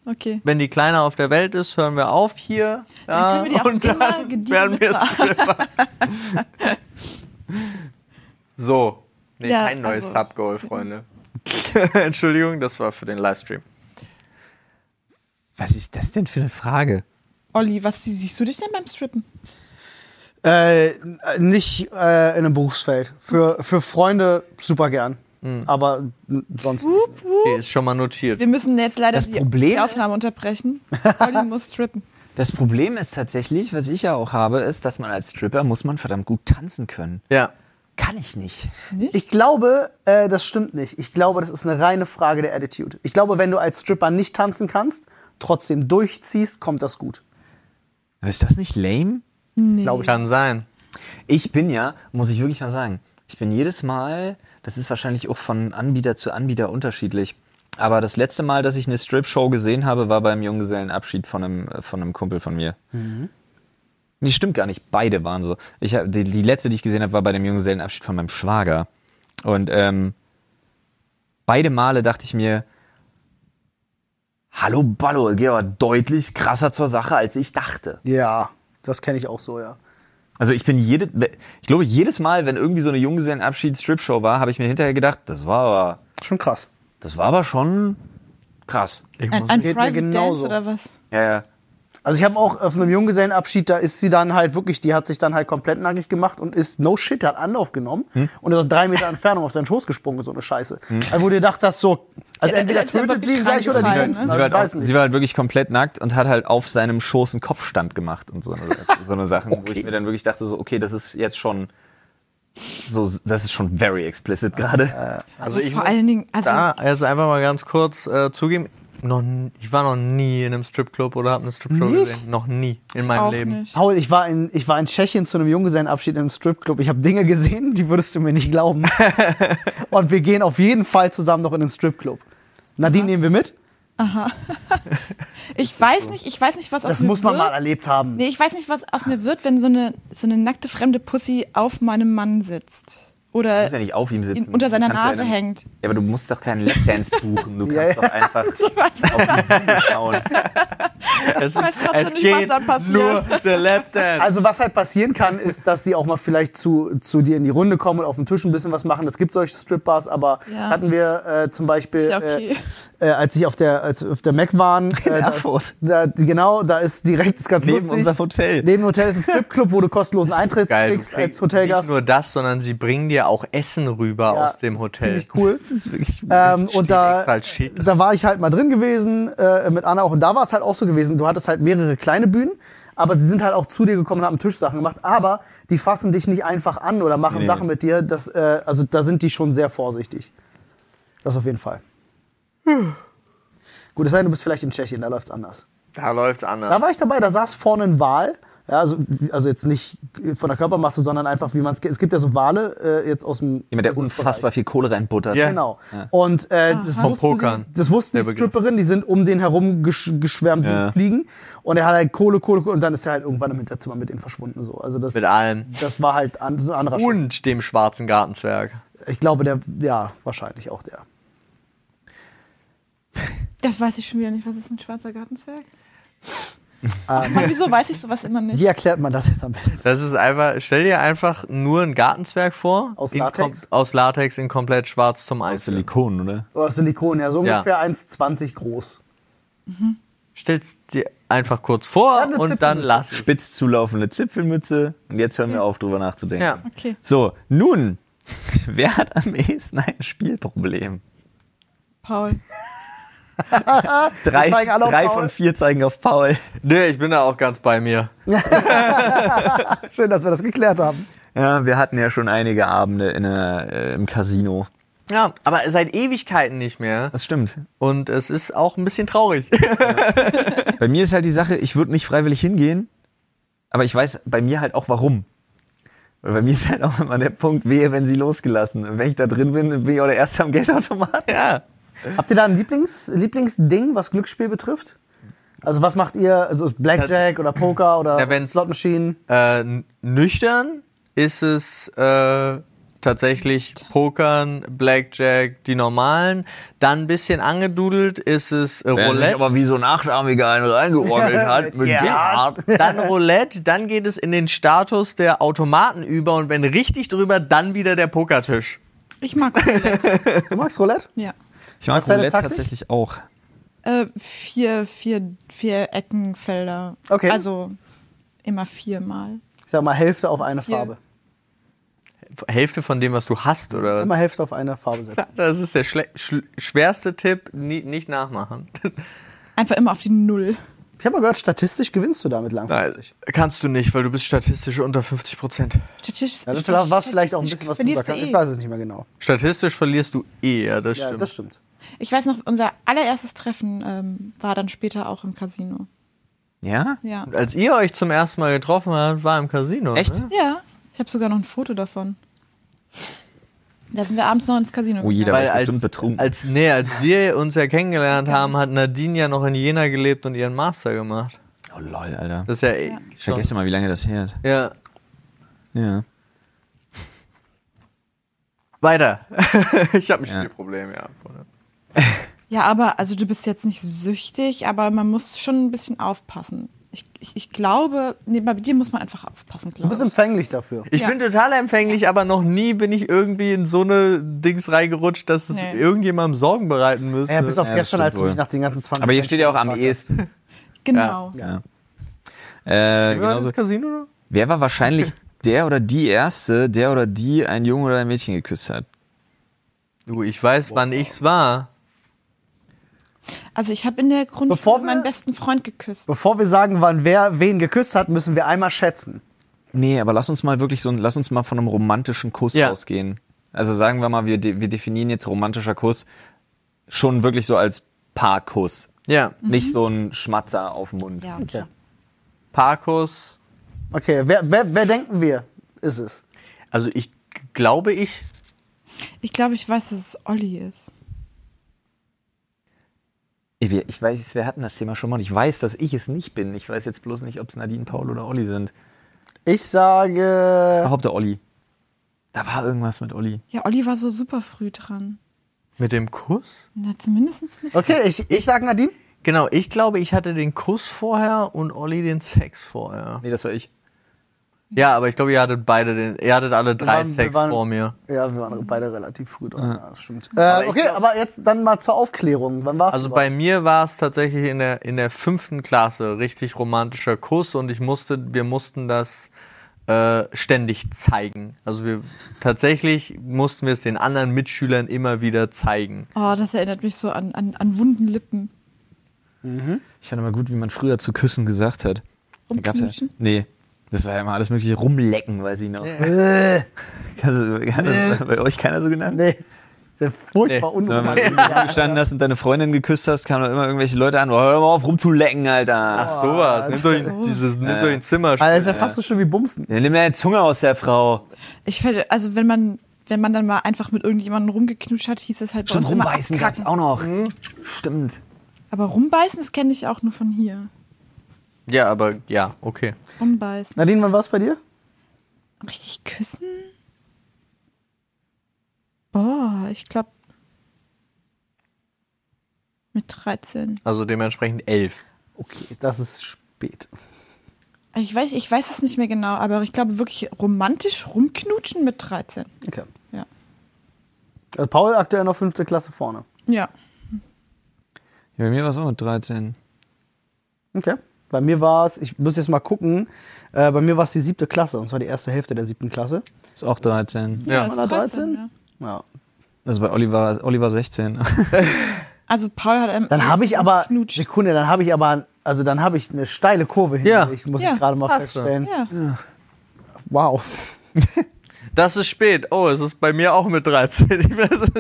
S3: Okay.
S4: wenn die Kleine auf der Welt ist, hören wir auf hier.
S3: Dann können wir die auch
S4: und
S3: immer
S4: dann
S3: gediegen
S4: werden wir
S3: bezahlen.
S4: Stripper. so. Nee,
S3: Ja,
S4: kein neues
S3: also-
S4: Subgoal, Freunde. Entschuldigung, das war für den Livestream.
S2: Was ist das denn für eine Frage?
S3: Olli, was sie- siehst du dich denn beim Strippen?
S1: Äh, nicht äh, in einem Berufsfeld. Für, für Freunde super gern. Aber n- sonst.
S3: Wup, wup.
S4: Okay, ist schon mal notiert.
S3: Wir müssen jetzt leider
S2: Das
S3: die,
S2: Problem
S3: die Aufnahme unterbrechen. Olli muss strippen.
S2: Das Problem ist tatsächlich, was ich ja auch habe, ist, dass man als Stripper muss man verdammt gut tanzen können.
S4: Ja.
S2: Kann ich nicht.
S1: Ich glaube, äh, das stimmt nicht. Ich glaube, das ist eine reine Frage der Attitude. Ich glaube, wenn du als Stripper nicht tanzen kannst, trotzdem durchziehst, kommt das gut.
S2: Aber ist das nicht lame?
S1: Glaube ich.
S4: Kann sein.
S2: Ich bin ja, muss ich wirklich mal sagen, ich bin jedes Mal, das ist wahrscheinlich auch von Anbieter zu Anbieter unterschiedlich, aber das letzte Mal, dass ich eine Strip-Show gesehen habe, war beim Junggesellenabschied von einem, äh, von einem Kumpel von mir. Nee, stimmt gar nicht. Beide waren so. Ich hab, die, die letzte, die ich gesehen habe, war bei dem Junggesellenabschied von meinem Schwager. Und ähm, beide Male dachte ich mir, hallo Ballo, geh aber deutlich krasser zur Sache, als ich dachte.
S1: Ja, das kenne ich auch so, ja.
S2: Also ich bin jede, ich glaube jedes Mal, wenn irgendwie so eine Junggesellenabschied-Strip-Show war, habe ich mir hinterher gedacht, das war aber,
S1: Schon krass.
S2: das war aber schon krass.
S3: Ein, ein
S1: Geht mir
S3: Private Dance
S1: genauso.
S3: oder was?
S2: Ja, ja.
S1: Also ich habe auch auf einem Junggesellenabschied, da ist sie dann halt wirklich, die hat sich dann halt komplett nackig gemacht und ist no shit, hat Anlauf genommen
S2: Hm.
S1: und ist aus drei Meter Entfernung auf seinen Schoß gesprungen, so eine Scheiße. Also wo du dachtest, das so, also
S3: Ja,
S1: entweder
S3: da ist er
S1: tötet
S3: wirklich
S1: sie ihn gleich oder sie
S3: reingefallen,
S1: bumsen. Also
S3: ne?
S2: Sie, war
S1: ich
S2: halt
S1: weiß
S2: auch,
S1: nicht.
S2: sie war halt wirklich komplett nackt und hat halt auf seinem Schoß einen Kopfstand gemacht und so eine, so eine Sachen, wo ich mir dann wirklich dachte, so, okay, das ist jetzt schon, so, das ist schon very explicit gerade.
S4: Also ich
S3: Vor
S4: muss-
S3: allen Dingen, also
S4: da jetzt einfach mal ganz kurz äh, zugeben, noch, n- ich war noch nie in einem Stripclub oder habe eine Stripshow
S1: Nicht?
S4: gesehen. Noch nie in meinem
S3: auch
S4: Leben.
S3: nicht.
S1: Paul, ich war, in, ich war in Tschechien zu einem Junggesellenabschied im Stripclub. Ich habe Dinge gesehen, die würdest du mir nicht glauben. und wir gehen auf jeden Fall zusammen noch in den Stripclub. Nadine nehmen wir mit.
S3: Ich weiß nicht, ich weiß nicht, was aus
S1: Das
S3: mir
S1: muss man
S3: wird.
S1: mal erlebt haben.
S3: Nee, ich weiß nicht, was aus mir wird, wenn so eine, so eine nackte fremde Pussy auf meinem Mann sitzt.
S2: Du musst ja
S3: Oder
S2: nicht auf ihm sitzen.
S3: ihn unter seiner
S2: Du kannst ja
S3: Nase
S2: einen-
S3: hängt.
S2: Ja, aber du musst doch keinen Lapdance buchen. Du
S1: Ja,
S2: kannst doch einfach auf die Bühne schauen.
S4: Es,
S3: weiß trotzdem nicht, was dann passiert.
S4: nur der Lapdance.
S1: Also was halt passieren kann, ist, dass sie auch mal vielleicht zu, zu dir in die Runde kommen und auf dem Tisch ein bisschen was machen. Es gibt solche Stripbars, aber
S3: Ja.
S1: hatten wir äh, zum Beispiel,
S3: Ist ja okay.
S1: äh, äh, als ich auf der als wir auf der Mac waren, äh, da,
S2: Erfurt.
S1: ist, da, genau, da ist direkt ist ganz
S2: Neben
S1: lustig.
S2: unserem Hotel.
S1: Neben dem Hotel ist ein Stripclub, wo du kostenlosen Eintritt kriegst als Hotelgast.
S4: Nicht nur das, sondern sie bringen dir auch Essen rüber
S1: Ja,
S4: aus dem
S1: ist
S4: Hotel.
S1: Ziemlich cool.
S2: ist wirklich
S1: Ähm,
S4: Steht
S1: und da,
S4: extra als Schild.
S1: da war ich halt mal drin gewesen äh, mit Anna auch. Und da war es halt auch so gewesen, du hattest halt mehrere kleine Bühnen, aber sie sind halt auch zu dir gekommen und haben Tischsachen gemacht. Aber die fassen dich nicht einfach an oder machen
S2: Nee.
S1: Sachen mit dir. Das, äh, also da sind die schon sehr vorsichtig. Das auf jeden Fall. Gut, es sei denn, du bist vielleicht in Tschechien, da läuft's anders.
S4: Da läuft's anders.
S1: Da war ich dabei, da saß vorne ein Wal Ja, also, also jetzt nicht von der Körpermasse, sondern einfach, wie man es. Es gibt ja so Wale äh, jetzt aus dem.
S2: Jemand, der
S1: Businessbereich.
S2: unfassbar viel Kohle reinbuttert.
S4: Ja.
S1: Genau. Und äh, das,
S4: Vom
S1: wussten
S4: Pokern.
S1: die, das wussten
S4: Der
S1: die
S4: Begriff.
S1: Stripperinnen, die sind um den herum gesch geschwärmt
S2: Ja.
S1: wie Fliegen. Und er hat halt Kohle, Kohle, Kohle. Und dann ist er halt irgendwann im Hinterzimmer mit denen verschwunden. So. Also das,
S4: Mit allem.
S1: das war halt an, so ein anderer Schritt.
S4: Und dem schwarzen Gartenzwerg.
S1: Ich glaube, der, ja, wahrscheinlich auch der.
S3: Das weiß ich schon wieder nicht. Was ist ein schwarzer Gartenzwerg?
S1: Ähm,
S3: Mann, wieso weiß ich sowas immer nicht?
S1: wie erklärt man das jetzt am besten?
S4: Das ist einfach, stell dir einfach nur einen Gartenzwerg vor.
S1: Aus
S4: in
S1: Latex?
S4: kom- Aus Latex in komplett schwarz zum Eis.
S2: Silikon, oder?
S1: Oder Oh, Silikon, ja, so
S4: Ja.
S1: ungefähr 1,20 groß.
S4: Stell's dir einfach kurz vor
S1: Dann eine
S4: und dann
S1: Zipfelmütze.
S4: lass es.
S2: Spitz zulaufende Zipfelmütze. Und jetzt
S3: Hm.
S2: hören wir auf, drüber nachzudenken.
S4: Ja.
S3: Okay.
S2: So, nun, wer hat am ehesten ein Spielproblem?
S3: Paul.
S2: Drei,
S1: Wir zeigen alle auf
S2: drei
S1: Paul.
S2: von vier zeigen auf Paul.
S4: Nee, ich bin da auch ganz bei mir.
S1: Schön, dass wir das geklärt haben.
S2: Ja, wir hatten ja schon einige Abende in, einer, äh, im Casino.
S4: Ja, aber seit Ewigkeiten nicht mehr.
S2: Das stimmt.
S4: Und es ist auch ein bisschen traurig.
S2: Bei mir ist halt die Sache, ich würde nicht freiwillig hingehen, aber ich weiß bei mir halt auch warum. Weil bei mir ist halt auch immer der Punkt, wehe, wenn sie losgelassen. Und wenn ich da drin bin, bin ich auch der Erste am Geldautomat.
S4: ja.
S1: Habt ihr da ein Lieblings, Lieblingsding, was Glücksspiel betrifft? Also was macht ihr? Also Blackjack oder Poker oder
S4: Ja, wenn's-
S1: Slot Machine?
S4: Äh, n- nüchtern ist es äh, tatsächlich Pokern, Blackjack, die normalen. Dann ein bisschen angedudelt ist es äh, Roulette.
S2: wie so ein Achtarmiger einen reingeordnet hat. Mit
S1: Ja.
S2: Art.
S4: Dann Roulette, dann geht es in den Status der Automaten über und wenn richtig drüber, dann wieder der Pokertisch.
S3: Ich mag Roulette.
S1: Du magst Roulette?
S3: ja.
S2: Ich mag
S1: ist deine
S2: Roulette
S1: Taktik?
S2: tatsächlich auch.
S3: Äh, vier, vier, vier Eckenfelder.
S1: Okay.
S3: Also immer viermal.
S1: Ich sag mal Hälfte auf eine
S3: Hier.
S1: Farbe.
S4: Hälfte von dem, was du hast, oder?
S1: Immer Hälfte auf eine Farbe setzen.
S4: Das ist der schle- schl- schwerste Tipp, nie, nicht nachmachen.
S3: Einfach immer auf die Null.
S1: Ich habe mal gehört, statistisch gewinnst du damit langfristig.
S4: kannst du nicht, weil du bist statistisch unter 50 Prozent.
S3: Statistisch.
S1: Ja, das war, war vielleicht auch ein bisschen was drüber.
S3: verlierst du
S1: Ich
S3: eh.
S1: weiß es nicht mehr genau.
S4: Statistisch verlierst du eh, ja, das
S1: Ja,
S4: stimmt.
S1: das stimmt.
S3: Ich weiß noch, unser allererstes Treffen ähm, war dann später auch im Casino.
S2: Ja?
S3: Ja.
S4: Als ihr euch zum ersten Mal getroffen habt, war im Casino.
S2: Echt?
S4: Ne?
S3: Ja. Ich habe sogar noch ein Foto davon. Da sind wir abends noch ins Casino
S2: Oh, jeder
S3: gegangen.
S2: war
S4: Weil als,
S2: bestimmt betrunken.
S4: als, nee, als wir uns ja kennengelernt haben, hat Nadine ja noch in Jena gelebt und ihren Master gemacht.
S2: Oh lol, Alter.
S4: Das ist ja, eh
S2: Ich
S4: schon-
S2: vergesse mal, wie lange das her ist.
S4: Ja.
S2: Ja.
S4: Weiter. ich habe ein
S2: Ja.
S4: Spielproblem, ja.
S3: Ja, aber also du bist jetzt nicht süchtig, aber man muss schon ein bisschen aufpassen. Ich, ich, ich glaube, nee, bei dir muss man einfach aufpassen,
S1: Du
S3: glaube
S1: bist
S3: ich.
S1: empfänglich dafür.
S4: Ich
S3: Ja.
S4: bin total empfänglich, aber noch nie bin ich irgendwie in so eine Dings reingerutscht, dass es
S3: Nee.
S4: irgendjemandem Sorgen bereiten müsste.
S1: Ja, bis auf
S2: Ja, das
S1: gestern,
S2: stimmt
S1: als du mich
S2: wohl.
S1: nach den ganzen 20
S2: Aber hier steht ja auch am E
S1: Cent
S2: ehesten.
S3: Genau.
S1: Ja.
S2: Äh,
S4: Wir waren
S2: genauso.
S4: ins Casino?
S2: Wer war wahrscheinlich der oder die Erste, der oder die ein Junge oder ein Mädchen geküsst hat?
S4: Du, ich weiß, wann ich's war.
S3: Also ich habe in der Grundschule
S1: Bevor wir-
S3: meinen besten Freund geküsst.
S1: Bevor wir sagen, wann wer wen geküsst hat, müssen wir einmal schätzen.
S2: Nee, aber lass uns mal wirklich so, ein- lass uns mal von einem romantischen Kuss
S4: Ja.
S2: ausgehen. Also sagen wir mal, wir, de wir definieren jetzt romantischer Kuss schon wirklich so als Paarkuss.
S4: Ja.
S2: Nicht so ein Schmatzer auf den Mund.
S3: Ja,
S1: Okay.
S3: okay.
S4: Parkus.
S1: Okay, wer, wer, wer denken wir, ist es?
S4: Also ich g- glaube ich.
S3: Ich glaube, ich weiß, dass es Olli ist.
S2: Ich, wir- ich weiß, wir hatten das Thema schon mal und ich weiß, dass ich es nicht bin. Ich weiß jetzt bloß nicht, ob es Nadine, Paul oder Olli sind.
S1: Ich sage.
S2: Behaupte Olli. Da war irgendwas mit Olli.
S3: Ja, Olli war so super früh dran.
S4: Mit dem Kuss?
S3: Na, zumindest mit.
S1: Okay, ich, ich sage Nadine.
S4: Genau, ich glaube, ich hatte den Kuss vorher und Olli den Sex vorher.
S2: Nee, das war ich.
S4: Ja, aber ich glaube, ihr hattet beide den, ihr hattet alle drei
S1: waren- wir
S4: Sex
S1: waren-
S4: vor mir.
S1: Ja, wir waren beide relativ früh dran. Ja, das stimmt.
S4: Aber
S1: Äh,
S4: ich
S1: okay,
S4: glaub-
S1: aber jetzt dann mal zur Aufklärung. Wann warst
S4: Also
S1: du?
S4: bei mir war es tatsächlich in der, in der fünften Klasse richtig romantischer Kuss und ich musste, wir mussten das äh, ständig zeigen. Also wir tatsächlich mussten wir es den anderen Mitschülern immer wieder zeigen.
S3: Oh, das erinnert mich so an, an, an wunden Lippen.
S2: Ich fand immer gut, wie man früher zu küssen gesagt hat. Da gab's
S3: Rumknutschen?
S2: Ja, nee, das war ja immer alles mögliche rumlecken, weiß ich noch.
S1: Äh,
S2: Kannst du- Kann das bei euch keiner so genannt?
S1: nee. Ist ja furchtbar
S4: Nee,
S2: So, wenn du
S1: unromantisch.
S2: ja. gestanden hast und deine Freundin geküsst hast, kamen da immer irgendwelche Leute an, oh, hör mal auf rumzulecken, Alter.
S4: Ach sowas, nimmt euch dieses, nimmt euch ein Zimmer.
S1: Alter, das ist ja fast so schön wie Bumsen.
S2: Ja, nimm mir deine Zunge aus der Frau.
S3: Ich finde, also wenn man, wenn man dann mal einfach mit irgendjemandem rumgeknutscht hat, hieß es halt bei
S2: Stimmt,
S3: uns immer
S2: rumbeißen gab's
S3: abkacken.
S2: auch noch. Stimmt.
S3: Aber rumbeißen, das kenne ich auch nur von hier.
S4: Ja, aber ja, okay.
S3: Rumbeißen.
S1: Nadine, wann war es bei dir?
S3: Richtig küssen? Boah, ich glaube mit 13.
S4: Also dementsprechend elf.
S1: Okay, das ist spät.
S3: Ich weiß, ich weiß es nicht mehr genau, aber ich glaube wirklich romantisch rumknutschen mit 13.
S1: Okay.
S3: Ja.
S1: Also Paul aktuell noch fünfte Klasse vorne.
S3: Ja.
S2: Ja, bei mir war es auch mit 13.
S1: Okay. Bei mir war es, ich muss jetzt mal gucken, äh, bei mir war es die siebte Klasse, und zwar die erste Hälfte der siebten Klasse.
S2: Ist auch 13.
S4: Ja.
S3: ist
S1: Oder 13?
S3: ja.
S1: Ja.
S2: Also bei Oliver, Oliver 16.
S3: Also Paul hat einem
S1: Dann habe ich aber,
S3: Knutsch.
S1: Sekunde, dann habe ich aber, also dann habe ich eine steile Kurve
S4: Ja.
S1: hingelegt, muss
S3: Ja.
S1: ich gerade mal
S4: Hast du.
S1: feststellen.
S3: Ja.
S1: Wow.
S4: Das ist spät. Oh, es ist bei mir auch mit 13. Ich weiß-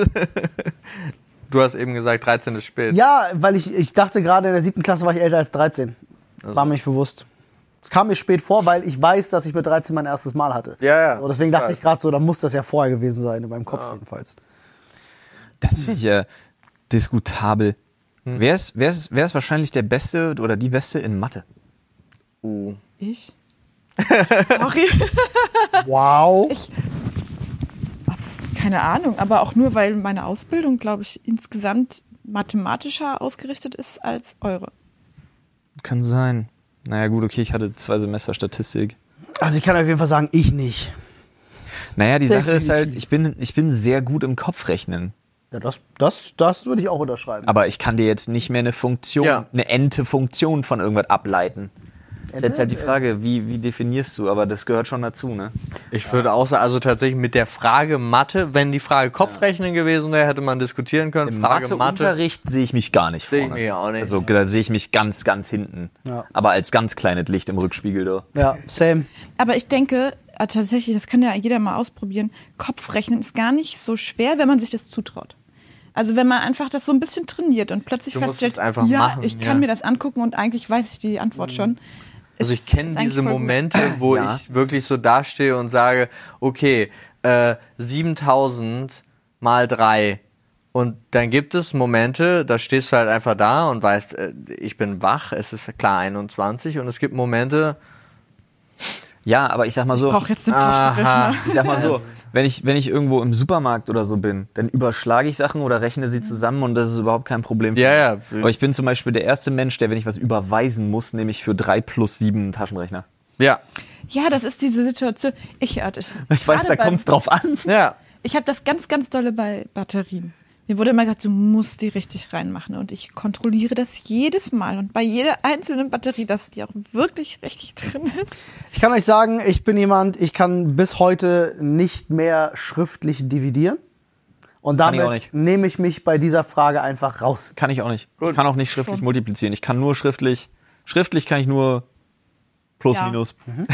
S4: du hast eben gesagt, 13 ist spät.
S1: Ja, weil ich, ich dachte gerade in der siebten Klasse war ich älter als 13.
S2: Also.
S1: War mir nicht bewusst. Es kam mir spät vor, weil ich weiß, dass ich mit 13 mein erstes Mal hatte.
S4: Ja, ja.
S1: So, deswegen dachte
S4: Ja.
S1: ich gerade so, da muss das ja vorher gewesen sein, in meinem Kopf jedenfalls.
S2: Das finde ich ja diskutabel. Wer, ist, wer, ist, wer ist wahrscheinlich der Beste oder die Beste in Mathe?
S4: Uh.
S3: Ich? Sorry.
S1: Wow.
S3: Ich. Keine Ahnung, aber auch nur, weil meine Ausbildung, glaube ich, insgesamt mathematischer ausgerichtet ist als eure.
S2: Kann sein. Naja, gut, okay, ich hatte zwei Semester Statistik.
S1: Also ich kann auf jeden Fall sagen, ich nicht.
S2: Naja, die Sache ist halt,
S1: Definitiv.
S2: ich bin, ich bin sehr gut im Kopfrechnen.
S1: Ja, das, das, das würde ich auch unterschreiben.
S2: Aber ich kann dir jetzt nicht mehr eine Funktion,
S4: Ja.
S2: eine Ente-Funktion von irgendwas ableiten. Das ist jetzt halt die Frage, wie, wie definierst du, aber das gehört schon dazu, ne?
S4: Ich würde auch sagen, also tatsächlich mit der Frage Mathe, wenn die Frage Kopfrechnen gewesen wäre, hätte man diskutieren können.
S2: Im
S4: Frage Mathe.
S2: Matheunterricht sehe ich mich gar nicht
S4: Sehe
S2: vorne.
S4: ich mich auch nicht.
S2: Also da sehe ich mich ganz, ganz hinten.
S1: Ja.
S2: Aber als ganz kleines Licht im Rückspiegel da.
S1: Ja, same.
S3: Aber ich denke, äh, tatsächlich, das kann ja jeder mal ausprobieren, Kopfrechnen ist gar nicht so schwer, wenn man sich das zutraut. Also wenn man einfach das so ein bisschen trainiert und plötzlich
S4: Du musst
S3: feststellt,
S4: es einfach
S3: ja,
S4: machen,
S3: ich
S4: ja.
S3: kann mir das angucken und eigentlich weiß ich die Antwort schon.
S4: Also
S3: Ist-
S4: ich kenne
S3: ist eigentlich
S4: diese
S3: voll gut.
S4: Momente, wo
S2: Ja.
S4: ich wirklich so dastehe und sage, okay, äh, 7000 mal 3. Und dann gibt es Momente, da stehst du halt einfach da und weißt, äh, ich bin wach, es ist klar 21. Und es gibt Momente,
S2: Ja, aber ich sag mal so.
S3: Ich brauche jetzt den
S4: Aha.
S3: Taschenrechner.
S2: Ich sag mal so, wenn ich, wenn ich irgendwo im Supermarkt oder so bin, dann überschlage ich Sachen oder rechne
S3: Mhm.
S2: sie zusammen und das ist überhaupt kein Problem. für
S4: Ja,
S2: mich.
S4: ja.
S2: Aber ich bin zum Beispiel der erste Mensch, der, wenn ich was überweisen muss, nehme ich für 3 plus 7 einen Taschenrechner.
S4: ja,
S3: Ja, das ist diese Situation. Ich, äh, ich,
S2: Ich weiß,
S3: gerade
S2: da
S3: beim-
S2: kommt's drauf an.
S4: ja.
S3: Ich habe das ganz, ganz dolle bei Batterien. Mir wurde immer gesagt, du musst die richtig reinmachen. Und ich kontrolliere das jedes Mal und bei jeder einzelnen Batterie, dass die auch wirklich richtig drin ist.
S1: Ich kann euch sagen, ich bin jemand, ich kann bis heute nicht mehr schriftlich dividieren. Und
S2: Kann ich auch
S1: damit
S2: nicht.
S1: nehme ich mich bei dieser Frage einfach raus.
S2: Kann ich auch nicht.
S4: Gut.
S2: Ich kann auch nicht schriftlich
S3: Schon.
S2: multiplizieren. Ich kann nur schriftlich, schriftlich kann ich nur Plus,
S3: Ja. Mhm.
S2: Minus,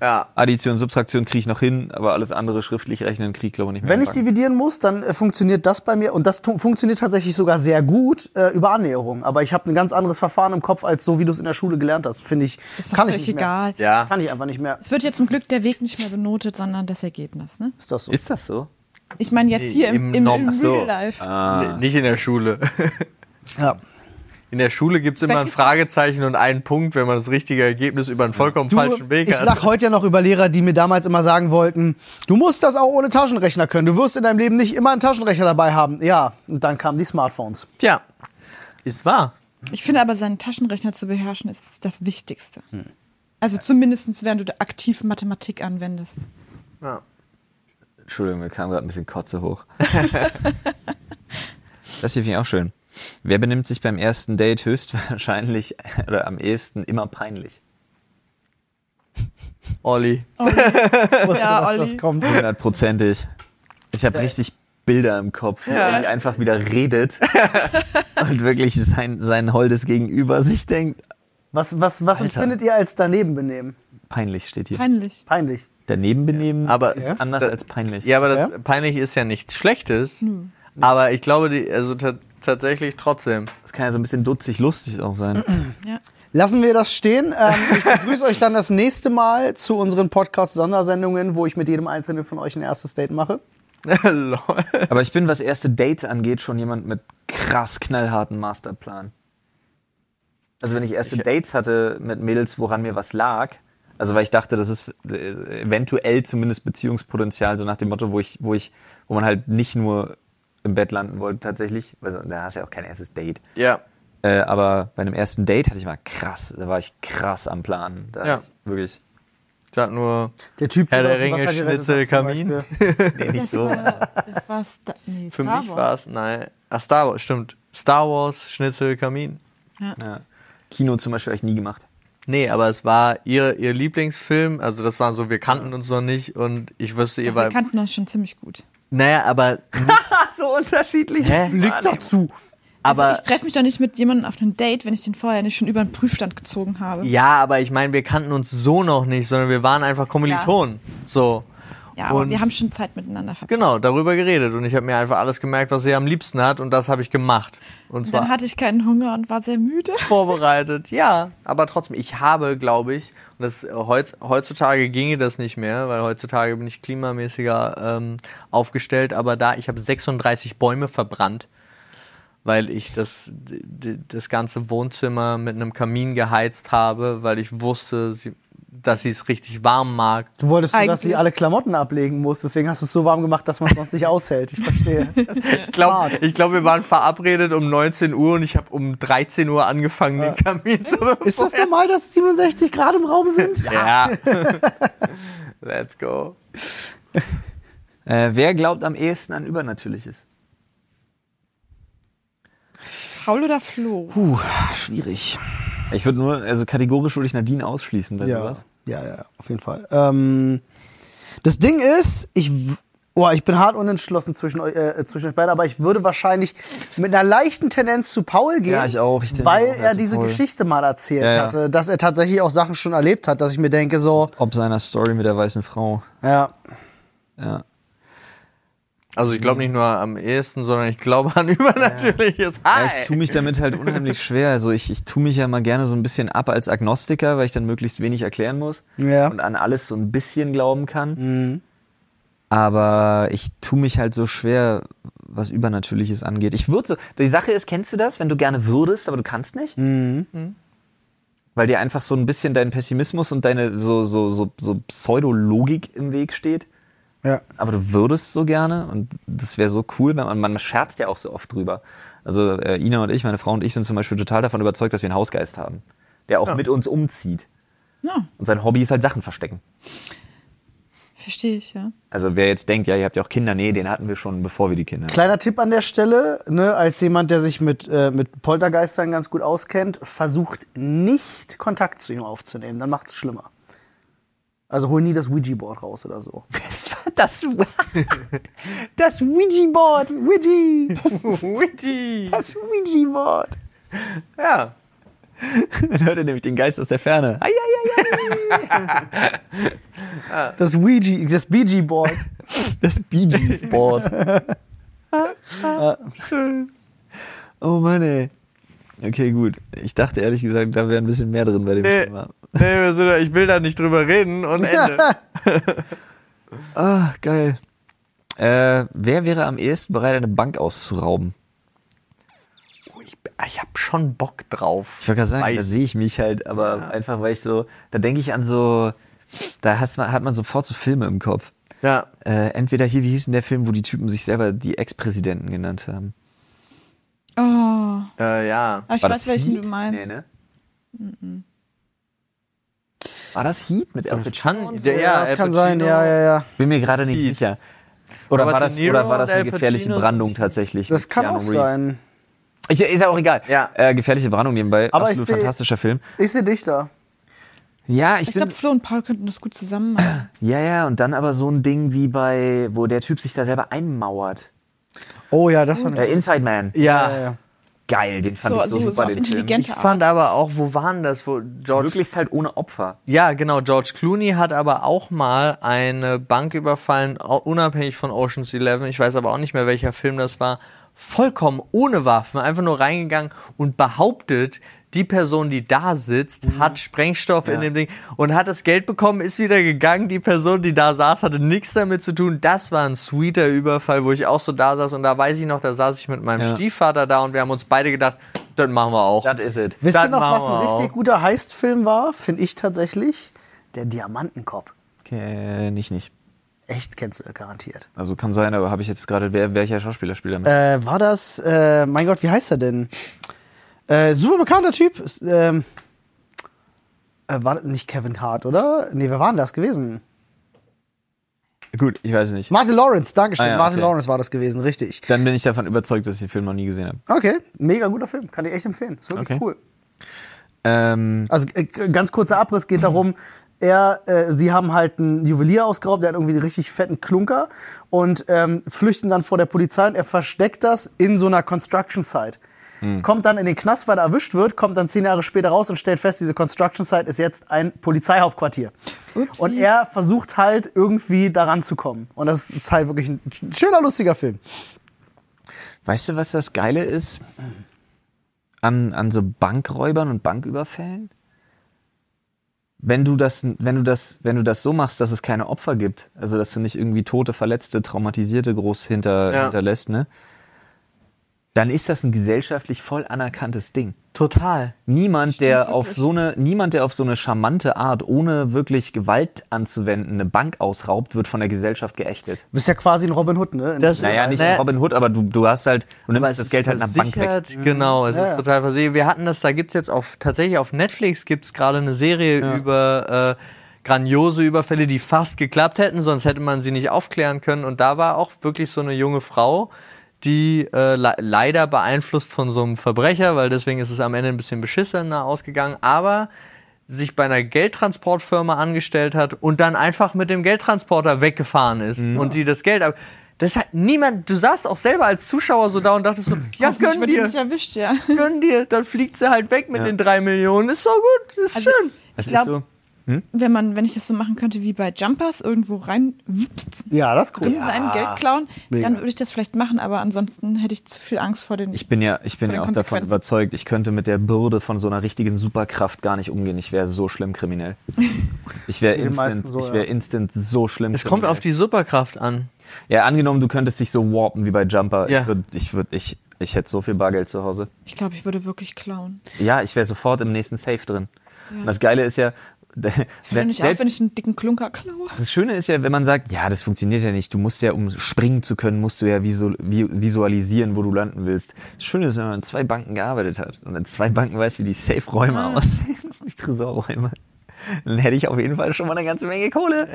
S4: Ja,
S2: Addition, Subtraktion kriege ich noch hin, aber alles andere schriftlich rechnen kriege ich glaube ich nicht mehr.
S1: Wenn ich
S2: gebacken.
S1: dividieren muss, dann äh, funktioniert das bei mir und das tu- funktioniert tatsächlich sogar sehr gut äh, über Annäherung. Aber ich habe ein ganz anderes Verfahren im Kopf als so, wie du es in der Schule gelernt hast. Finde ich,
S3: Ist doch
S1: kann ich
S3: völlig
S1: nicht mehr.
S3: egal.
S4: Ja.
S1: Kann ich einfach nicht mehr.
S3: Es wird jetzt zum Glück der Weg nicht mehr benotet, sondern das Ergebnis. Ne?
S1: Ist das so?
S2: ist das so?
S3: Ich meine jetzt hier im,
S4: Im
S3: im,
S4: Norm-
S3: im
S4: Ach so. Ah.
S3: Real Life.
S4: Nee, nicht in der Schule.
S1: ja.
S4: In der Schule gibt's immer ein Fragezeichen und einen Punkt, wenn man das richtige Ergebnis über einen vollkommen falschen Weg also.
S1: ich lach
S4: hat.
S1: heute ja noch über Lehrer, die mir damals immer sagen wollten, du musst das auch ohne Taschenrechner können. Du wirst in deinem Leben nicht immer einen Taschenrechner dabei haben. Ja, und dann kamen die Smartphones.
S4: Tja, ist wahr.
S3: Ich finde aber, seinen Taschenrechner zu beherrschen, ist das Wichtigste. Also zumindestens, während du da aktiv Mathematik anwendest.
S4: Ja.
S2: Entschuldigung, mir kam gerade ein bisschen Kotze hoch. das hier finde ich auch schön. Wer benimmt sich beim ersten Date höchstwahrscheinlich oder am ehesten immer peinlich?
S4: Olli.
S1: Ich wusste,
S3: Ja,
S1: dass
S3: Olli.
S1: das kommt.
S2: Hundertprozentig. Ich habe richtig Bilder im Kopf, wie er einfach wieder redet und wirklich sein, sein holdes Gegenüber sich denkt,
S1: Was, was, was
S2: Alter.
S1: empfindet ihr als daneben benehmen?
S2: Peinlich steht hier.
S3: Peinlich.
S1: Peinlich.
S2: Daneben benehmen
S4: Aber-
S2: ist
S4: Ja.
S2: anders
S4: Da-
S2: als peinlich.
S4: Ja, aber das
S1: Ja?
S4: peinlich ist ja nichts Schlechtes. Aber ich glaube, die, also ta- tatsächlich trotzdem.
S2: Das kann ja so ein bisschen dutzig lustig auch sein.
S3: Ja.
S1: Lassen wir das stehen. Ähm, ich begrüße euch dann das nächste Mal zu unseren Podcast-Sondersendungen, wo ich mit jedem Einzelnen von euch ein erstes Date mache.
S4: Lol.
S2: aber ich bin, was erste Dates angeht, schon jemand mit krass knallharten Masterplan. Also wenn ich erste Dates hatte mit Mädels, woran mir was lag, also weil ich dachte, das ist äh, eventuell zumindest Beziehungspotenzial, so nach dem Motto, wo ich, wo ich, wo man halt nicht nur im Bett landen wollte tatsächlich, weil so- da hast du ja auch kein erstes Date.
S4: Ja.
S2: Äh, aber bei einem ersten Date hatte ich mal krass, da war ich krass am Plan. Da
S4: Ja.
S2: hatte ich wirklich.
S4: Sag nur
S1: Der Typ,
S4: Herr
S1: der
S4: der
S1: aus dem
S4: Ringe,
S1: Wasser gerettet
S4: Schnitzel,
S1: hat, zum
S4: Kamin.
S1: Beispiel.
S2: Nee, nicht
S3: Das
S2: so.
S3: war, das war Sta nee,
S4: Für
S3: Star
S4: mich
S3: Wars.
S4: war es, nein. Ach, Star Wars, stimmt. Star Wars, Schnitzel, Kamin.
S2: Ja. Kino zum Beispiel habe ich nie gemacht.
S4: Nee, aber es war ihr, ihr Lieblingsfilm. Also das war so, wir kannten uns noch nicht und ich wüsste, ihr
S3: Wir
S4: war.
S3: kannten das schon ziemlich gut.
S4: Naja, aber.
S2: so unterschiedlich.
S4: Hä?
S1: Blick dazu.
S4: aber
S3: also ich treffe mich doch nicht mit jemandem auf einem Date, wenn ich den vorher nicht schon über den Prüfstand gezogen habe.
S4: ja, aber ich meine, wir kannten uns so noch nicht, sondern wir waren einfach Kommilitonen. So.
S3: Ja, aber
S4: Und-
S3: wir haben schon Zeit miteinander verbracht.
S4: Genau, darüber geredet. Und ich habe mir einfach alles gemerkt, was sie am liebsten hat. Und das habe ich gemacht. Und
S3: Und Dann
S4: zwar
S3: hatte ich keinen Hunger und war sehr müde.
S4: vorbereitet. Ja, aber trotzdem, ich habe, glaube ich, und das, äh, heutz, heutzutage ginge das nicht mehr, weil heutzutage bin ich klimamäßiger ähm, aufgestellt. Aber da, ich habe 36 Bäume verbrannt, weil ich das, d- d- das ganze Wohnzimmer mit einem Kamin geheizt habe, weil ich wusste, sie, dass sie es richtig warm mag.
S1: Du wolltest, nur, dass sie
S3: Eigentlich-
S1: alle Klamotten ablegen muss, deswegen hast du es so warm gemacht, dass man es sonst nicht aushält. Ich verstehe.
S4: Ich glaube, glaub, wir waren verabredet um 19 Uhr und ich habe um 13 Uhr angefangen, den Kamin zu
S1: Ist das normal, dass 67 Grad im Raum sind?
S4: Ja. Let's go.
S2: Äh, wer glaubt am ehesten an Übernatürliches?
S3: Paul oder Flo?
S2: Puh, schwierig. Ich würde nur, also kategorisch würde ich Nadine ausschließen bei
S1: Ja,
S2: sowas.
S1: ja, ja, auf jeden Fall. Ähm, das Ding ist, ich, w- oh, ich bin hart unentschlossen zwischen, eu- äh, zwischen euch beiden, aber ich würde wahrscheinlich mit einer leichten Tendenz zu Paul gehen,
S2: Ja, ich auch. Ich tendiere
S1: weil
S2: auch eher
S1: er
S2: zu
S1: diese
S2: Paul.
S1: Geschichte mal erzählt
S2: Ja, ja.
S1: hatte, dass er tatsächlich auch Sachen schon erlebt hat, dass ich mir denke, so,
S2: Ob seiner Story mit der weißen Frau.
S1: ja,
S2: Ja.
S4: Also ich glaube nicht nur am ehesten, sondern ich glaube an übernatürliches.
S2: Ja,
S4: Hi.
S2: ich tue mich damit halt unheimlich schwer. Also ich, ich tue mich ja mal gerne so ein bisschen ab als Agnostiker, weil ich dann möglichst wenig erklären muss
S1: Ja.
S2: und an alles so ein bisschen glauben kann. Aber ich tue mich halt so schwer, was Übernatürliches angeht. Ich würde so, die Sache ist, kennst du das, wenn du gerne würdest, aber du kannst nicht? Weil dir einfach so ein bisschen dein Pessimismus und deine so, so, so, so Pseudologik im Weg steht.
S1: ja.
S2: aber du würdest so gerne und das wäre so cool, wenn man, man scherzt ja auch so oft drüber. Also äh, Ina und ich, meine Frau und ich sind zum Beispiel total davon überzeugt, dass wir einen Hausgeist haben, der auch mit uns umzieht.
S3: Ja,
S2: Und sein Hobby ist halt Sachen verstecken.
S3: verstehe ich, ja.
S2: Also wer jetzt denkt, ja, ihr habt ja auch Kinder, nee, den hatten wir schon, bevor wir die Kinder hatten.
S1: Kleiner Tipp an der Stelle, ne, als jemand, der sich mit, äh, mit Poltergeistern ganz gut auskennt, versucht nicht Kontakt zu ihm aufzunehmen, dann macht's schlimmer. Also hol nie das Ouija-Board raus oder so.
S2: Das, das, das Ouija-Board, Ouija, das,
S4: Witty.
S2: das Ouija-Board.
S4: Ja.
S2: Dann hört er nämlich den Geist aus der Ferne. Ai, ai, ai,
S1: Das Ouija, das BG-Board.
S2: ai. Das Bee Gees Board.
S4: Schön.
S2: Oh Mann, ey. Okay, gut. Ich dachte ehrlich gesagt, da wäre ein bisschen mehr drin bei dem
S4: Nee, nee
S2: Thema.
S4: wir sind da, ich will da nicht drüber reden und Ende.
S2: Ah, geil. Äh, wer wäre am ehesten bereit, eine Bank auszurauben?
S4: Oh, ich ich habe schon Bock drauf.
S2: Ich wollte gerade sagen, da
S4: Weiß.
S2: sehe ich mich halt, aber einfach weil ich so, da denke ich an so, da hat's man, hat man sofort so Filme im Kopf.
S4: Ja.
S2: Äh, entweder hier, wie hieß denn der Film, wo die Typen sich selber die Ex-Präsidenten genannt haben?
S3: Oh, aber
S4: Äh, ja.
S3: ich weiß, welchen du meinst. Mhm.
S2: Nee, ne? War das Heat mit Al Pacino?
S4: Kann,
S2: und so?
S4: der, ja,
S1: das
S4: Al
S1: kann sein,
S4: Pacino.
S1: ja, ja, ja.
S2: Bin mir gerade nicht
S4: Heat.
S2: sicher. Oder
S4: Aber
S2: war,
S4: De
S2: das,
S4: Niro
S2: oder war
S4: und
S2: das eine
S4: Al Pacino
S2: gefährliche
S4: sind
S2: Brandung
S4: Heat.
S2: tatsächlich?
S1: Das
S2: mit
S1: kann
S2: Keanu
S1: auch
S2: Reeves?
S1: sein.
S2: Ich, ist ja auch egal.
S4: Ja.
S2: Äh, gefährliche Brandung nebenbei.
S1: Aber ich
S2: Absolut
S1: seh-
S2: fantastischer Film.
S1: Ich sehe dich da.
S2: Ja, ich,
S3: Ich
S2: bin.
S3: glaube, Flo und Paul könnten das gut zusammen machen.
S2: Ja, ja, und dann aber so ein Ding wie bei, wo der Typ sich da selber einmauert.
S1: Oh ja, das war
S2: Äh, Inside Man.
S4: Ja.
S1: Ja, ja.
S2: geil. Den fand
S3: So-
S2: ich so,
S3: so- so
S2: super,
S3: auf
S2: den Film.
S3: intelligent-
S4: Ich fand aber auch, wo waren das? Wo George
S2: Möglichst halt ohne Opfer.
S4: Ja, genau. George Clooney hat aber auch mal eine Bank überfallen, au- unabhängig von Ocean's Eleven. Ich weiß aber auch nicht mehr, welcher Film das war. Vollkommen ohne Waffen, einfach nur reingegangen und behauptet, die Person, die da sitzt,
S1: Mhm.
S4: hat Sprengstoff in dem Ding und hat das Geld bekommen, ist wieder gegangen. Die Person, die da saß, hatte nichts damit zu tun. Das war ein sweeter Überfall, wo ich auch so da saß und da weiß ich noch, da saß ich mit meinem
S2: Ja.
S4: Stiefvater da und wir haben uns beide gedacht, das machen wir auch.
S2: Das is it.
S1: Wisst
S4: Das
S1: ihr noch, was
S4: machen wir
S1: ein richtig
S4: auch.
S1: guter Heist-Film war? Finde ich tatsächlich. Der Diamantenkopf.
S2: Kenn ich nicht.
S1: Echt kennst du garantiert.
S2: Also kann sein, aber habe ich jetzt gerade, wer, welcher Schauspieler spielt damit?
S1: Äh, war das, äh, mein Gott, wie heißt er denn? Äh, super bekannter Typ. Ist, Ähm, äh, war das nicht Kevin Hart, oder? Nee, wer war denn das gewesen?
S2: Gut, ich weiß nicht.
S1: Martin Lawrence, Dankeschön.
S2: Ah ja,
S1: Martin
S2: okay.
S1: Lawrence war das gewesen, richtig.
S2: Dann bin ich davon überzeugt, dass ich den Film noch nie gesehen habe.
S1: Okay, mega guter Film, kann ich echt empfehlen. Ist wirklich
S2: Okay.
S1: cool.
S2: Ähm,
S1: Also äh, ganz kurzer Abriss geht darum, er, äh, sie haben halt einen Juwelier ausgeraubt, der hat irgendwie einen richtig fetten Klunker und ähm, flüchten dann vor der Polizei und er versteckt das in so einer Construction Site. Kommt dann in den Knast, weil er erwischt wird, kommt dann zehn Jahre später raus und stellt fest, diese Construction Site ist jetzt ein Polizeihauptquartier.
S3: Upsi.
S1: Und er versucht halt irgendwie daran zu kommen. Und das ist halt wirklich ein schöner, lustiger Film.
S2: Weißt du, was das Geile ist? An, an so Bankräubern und Banküberfällen? Wenn du, das, wenn, du das, wenn du das so machst, dass es keine Opfer gibt, also dass du nicht irgendwie tote, verletzte, traumatisierte groß hinter,
S4: Ja.
S2: hinterlässt, ne? dann ist das ein gesellschaftlich voll anerkanntes Ding.
S4: Total.
S2: Niemand,
S3: Stimmt
S2: der auf
S3: wirklich.
S2: so eine, niemand, der auf so eine charmante Art, ohne wirklich Gewalt anzuwenden, eine Bank ausraubt, wird von der Gesellschaft geächtet.
S1: Du bist ja quasi ein Robin Hood, ne? In-
S4: Das
S2: Naja,
S4: ist-
S2: nicht
S4: naja,
S2: Robin Hood, aber du, du hast halt, du
S4: Aber
S2: nimmst
S4: es
S2: das
S4: ist
S2: Geld halt einer Bank weg.
S4: versichert, Genau, es
S1: Mhm. Ja, ja.
S4: ist total versichert. Wir hatten das, da gibt's jetzt auf, tatsächlich auf Netflix gibt's gerade eine Serie über äh, grandiose Überfälle, die fast geklappt hätten, sonst hätte man sie nicht aufklären können. Und da war auch wirklich so eine junge Frau, die äh, le leider beeinflusst von so einem Verbrecher, weil deswegen ist es am Ende ein bisschen beschissener ausgegangen, aber sich bei einer Geldtransportfirma angestellt hat und dann einfach mit dem Geldtransporter weggefahren ist
S1: Mhm.
S4: und die das Geld ab. Das hat niemand, du saßt auch selber als Zuschauer so da und dachtest so, ja,
S3: Hoffentlich
S4: gönn
S3: wird die
S4: dir,
S3: nicht erwischt, ja.
S4: gönn dir, dann fliegt sie halt weg mit
S2: Ja.
S4: den drei Millionen. Ist so gut, ist
S3: Also-
S4: schön.
S2: Das
S3: glaub-
S2: ist so.
S3: Wenn man, wenn ich das so machen könnte wie bei Jumpers, irgendwo rein wupst,
S1: ja, das ist cool.
S3: drin sein, Geld klauen,
S1: Mega.
S3: dann würde ich das vielleicht machen, aber ansonsten hätte ich zu viel Angst vor den.
S2: Ich bin ja, ich bin
S3: Von
S2: ja
S3: den
S2: auch davon
S3: Konsequenzen.
S2: überzeugt, ich könnte mit der Bürde von so einer richtigen Superkraft gar nicht umgehen. Ich wäre so schlimm kriminell. Ich wäre
S1: Die meisten
S2: instant,
S1: so,
S2: ich wäre
S1: ja.
S2: instant so schlimm.
S4: Es kommt auf die Superkraft an.
S2: Ja, angenommen, du könntest dich so warpen wie bei Jumper.
S4: Ja.
S2: Ich würde, ich würde, ich, ich hätte so viel Bargeld zu Hause.
S3: Ich glaube, ich würde wirklich klauen.
S2: Ja, ich wäre sofort im nächsten Safe drin. Und das Geile ist ja,
S3: Ich fällt
S2: wenn,
S3: nicht auf,
S2: selbst,
S3: wenn ich einen dicken Klunker klaue.
S2: das Schöne ist ja, wenn man sagt, ja, das funktioniert ja nicht. Du musst ja, um springen zu können, musst du ja visu vi- visualisieren, wo du landen willst. Das Schöne ist, wenn man in zwei Banken gearbeitet hat und in zwei Banken weiß, wie die Safe-Räume aussehen, wie Tresorräume, dann hätte ich auf jeden Fall schon mal eine ganze Menge Kohle.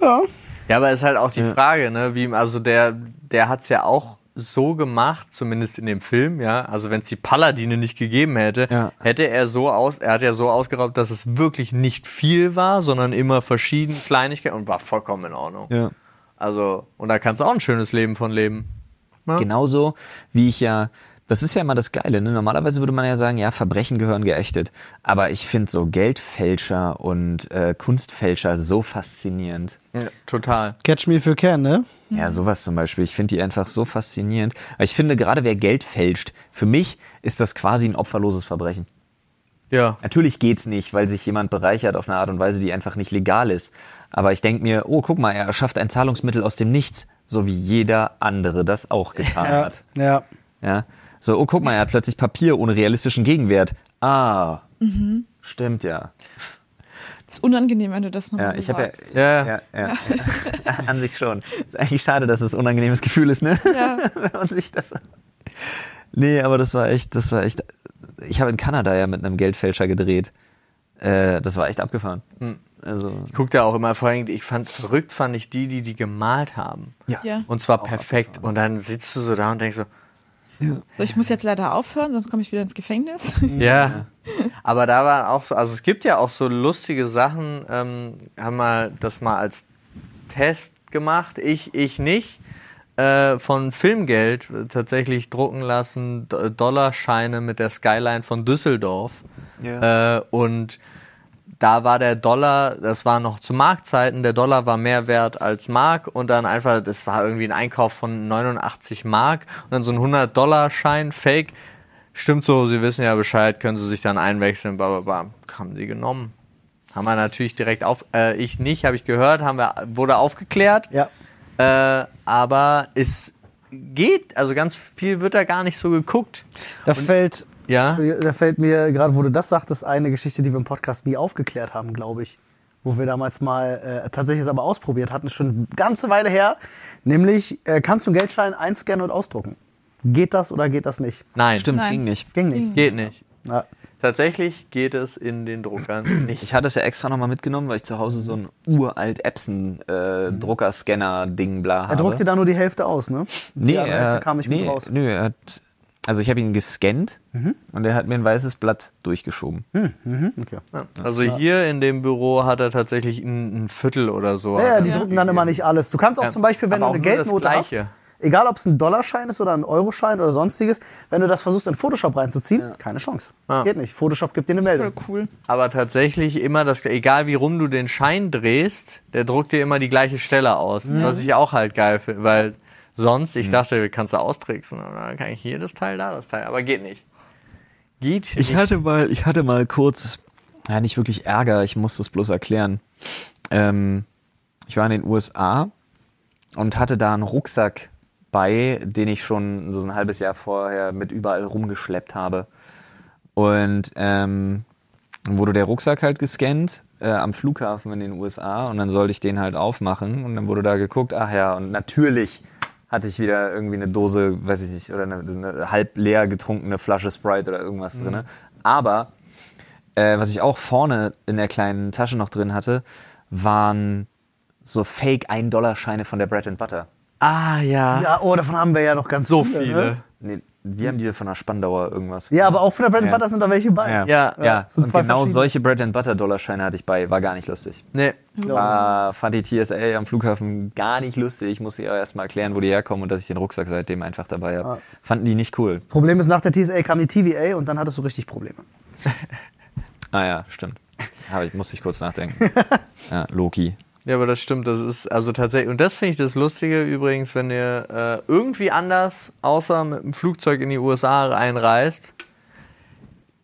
S1: Ja.
S4: Ja, aber ist halt auch die Frage, ne, wie also der der hat's ja auch so gemacht, zumindest in dem Film, ja. Also wenn es die Paladine nicht gegeben hätte,
S2: Ja.
S4: hätte er so aus, er hat ja so ausgeraubt, dass es wirklich nicht viel war, sondern immer verschieden Kleinigkeiten und war vollkommen in Ordnung.
S2: Ja.
S4: Also und da kannst du auch ein schönes Leben von leben.
S2: Genauso wie ich ja, das ist ja immer das Geile, ne? Normalerweise würde man ja sagen, ja, Verbrechen gehören geächtet. Aber ich finde so Geldfälscher und äh, Kunstfälscher so faszinierend.
S4: Ja, total.
S1: Catch me if you can, ne?
S2: Ja, sowas zum Beispiel. Ich finde die einfach so faszinierend. Aber ich finde gerade, wer Geld fälscht, für mich ist das quasi ein opferloses Verbrechen.
S4: Ja.
S2: Natürlich geht's nicht, weil sich jemand bereichert auf eine Art und Weise, die einfach nicht legal ist. Aber ich denke mir, oh, guck mal, er erschafft ein Zahlungsmittel aus dem Nichts, so wie jeder andere das auch getan
S1: Ja.
S2: hat.
S1: ja.
S2: Ja. So, oh, guck mal, er hat plötzlich Papier ohne realistischen Gegenwert. Ah. Stimmt ja.
S3: Das ist unangenehm, wenn du das nochmal
S2: Ja,
S3: so
S2: ich habe
S3: sagst.
S2: ja,
S4: Ja.
S2: ja, ja, ja. An sich schon. Ist eigentlich schade, dass es ein unangenehmes Gefühl ist, ne?
S3: Ja.
S2: Wenn man sich das. Nee, aber das war echt, das war echt. Ich habe in Kanada ja mit einem Geldfälscher gedreht. Äh, das war echt abgefahren.
S1: Hm.
S2: Also.
S4: Ich guck da auch immer vor allem, ich fand verrückt fand ich die, die die gemalt haben.
S3: Ja.
S4: Und zwar perfekt. Und dann sitzt du so da und denkst so,
S3: So, ich muss jetzt leider aufhören, sonst komme ich wieder ins Gefängnis.
S4: Ja. Aber da waren auch so, also es gibt ja auch so lustige Sachen, ähm, haben wir das mal als Test gemacht, ich, ich nicht. äh, von Filmgeld tatsächlich drucken lassen, D- Dollarscheine mit der Skyline von Düsseldorf. Äh, und da war der Dollar, das war noch zu Markzeiten, der Dollar war mehr wert als Mark und dann einfach, das war irgendwie ein Einkauf von 89 Mark und dann so ein 100-Dollar-Schein, Fake. Stimmt so, Sie wissen ja Bescheid, können Sie sich dann einwechseln, bla bla bla. Haben Sie genommen. Haben wir natürlich direkt auf, äh, ich nicht, habe ich gehört, haben wir, wurde aufgeklärt.
S1: Ja.
S4: Äh, aber es geht, also ganz viel wird da gar nicht so geguckt.
S1: Da fällt,
S4: Ja?
S1: da fällt mir gerade, wo du das sagtest, eine Geschichte, die wir im Podcast nie aufgeklärt haben, glaube ich. Wo wir damals mal äh, tatsächlich es aber ausprobiert hatten, schon eine ganze Weile her. Nämlich, äh, kannst du einen Geldschein einscannen und ausdrucken? Geht das oder geht das nicht?
S4: Nein,
S2: Stimmt,
S3: Nein.
S2: ging nicht.
S1: Ging nicht.
S4: geht nicht.
S1: Ja.
S4: Tatsächlich geht es in den Druckern nicht.
S2: Ich hatte es ja extra nochmal mitgenommen, weil ich zu Hause so ein uralt Epson-Drucker-Scanner-Ding bla habe.
S1: Er druckte da nur die Hälfte aus, ne?
S2: Nee,
S1: die andere Hälfte
S4: äh,
S2: er,
S1: kam nicht
S2: nee,
S1: gut raus. Mhm.
S2: Nö, er hat, also ich habe ihn gescannt und er hat mir ein weißes Blatt durchgeschoben.
S1: Hm? Okay.
S4: Also hier in dem Büro hat er tatsächlich ein, ein Viertel oder so. Also
S1: Ja, ja,
S4: hat er
S1: die drucken dann immer nicht alles. Du kannst auch
S4: Ja,
S1: zum Beispiel, wenn du
S4: aber
S1: eine
S4: auch nur das
S1: Geldnote hast,
S4: Gleiche.
S1: egal ob es ein Dollarschein ist oder ein Euroschein oder sonstiges, wenn du das versuchst, in Photoshop reinzuziehen, keine Chance.
S4: Ja.
S1: Geht nicht. Photoshop gibt dir eine
S3: Voll
S1: Meldung.
S3: cool.
S4: Aber tatsächlich immer das, egal wie rum du den Schein drehst, der druckt dir immer die gleiche Stelle aus. Was ich auch halt geil finde, weil sonst, ich dachte, kannst du austricksen. Und Dann kann ich hier das Teil, da das Teil, aber geht nicht. Geht nicht.
S2: Ich hatte mal, ich hatte mal kurz, ja nicht wirklich Ärger, ich muss das bloß erklären. Ähm, ich war in den USA und hatte da einen Rucksack bei, den ich schon so ein halbes Jahr vorher mit überall rumgeschleppt habe. Und ähm, dann wurde der Rucksack halt gescannt äh, am Flughafen in den USA und dann sollte ich den halt aufmachen und dann wurde da geguckt, ach ja, und natürlich hatte ich wieder irgendwie eine Dose, weiß ich nicht, oder eine, eine halb leer getrunkene Flasche Sprite oder irgendwas drinne. Aber äh, was ich auch vorne in der kleinen Tasche noch drin hatte, waren so Fake 1-Dollar-Scheine von der Bread and Butter.
S4: ah ja.
S1: Ja, oh, davon haben wir ja noch ganz
S4: so
S1: viele. Ne?
S4: viele.
S2: Nee, wir haben die von der Spandauer irgendwas.
S1: Ja, aber auch von der Bread and
S2: Ja.
S1: Butter sind da welche bei.
S2: Ja,
S4: Ja.
S2: ja.
S1: Das sind
S2: Und
S1: zwei
S2: genau
S1: verschiedene.
S2: solche Bread and Butter Dollarscheine hatte ich bei. War gar nicht lustig.
S4: Nee.
S2: War, fand die TSA am Flughafen gar nicht lustig. Ich musste ihr erstmal erklären, wo die herkommen und dass ich den Rucksack seitdem einfach dabei habe. Fanden die nicht cool.
S1: Problem ist, nach der TSA kam die TVA und dann hattest du richtig Probleme.
S2: Ah ja, stimmt. Hab ich, musste ich kurz nachdenken. ja, Loki.
S4: Ja, aber das stimmt, das ist also tatsächlich, und das finde ich das Lustige übrigens, wenn ihr äh, irgendwie anders, außer mit dem Flugzeug in die USA einreist,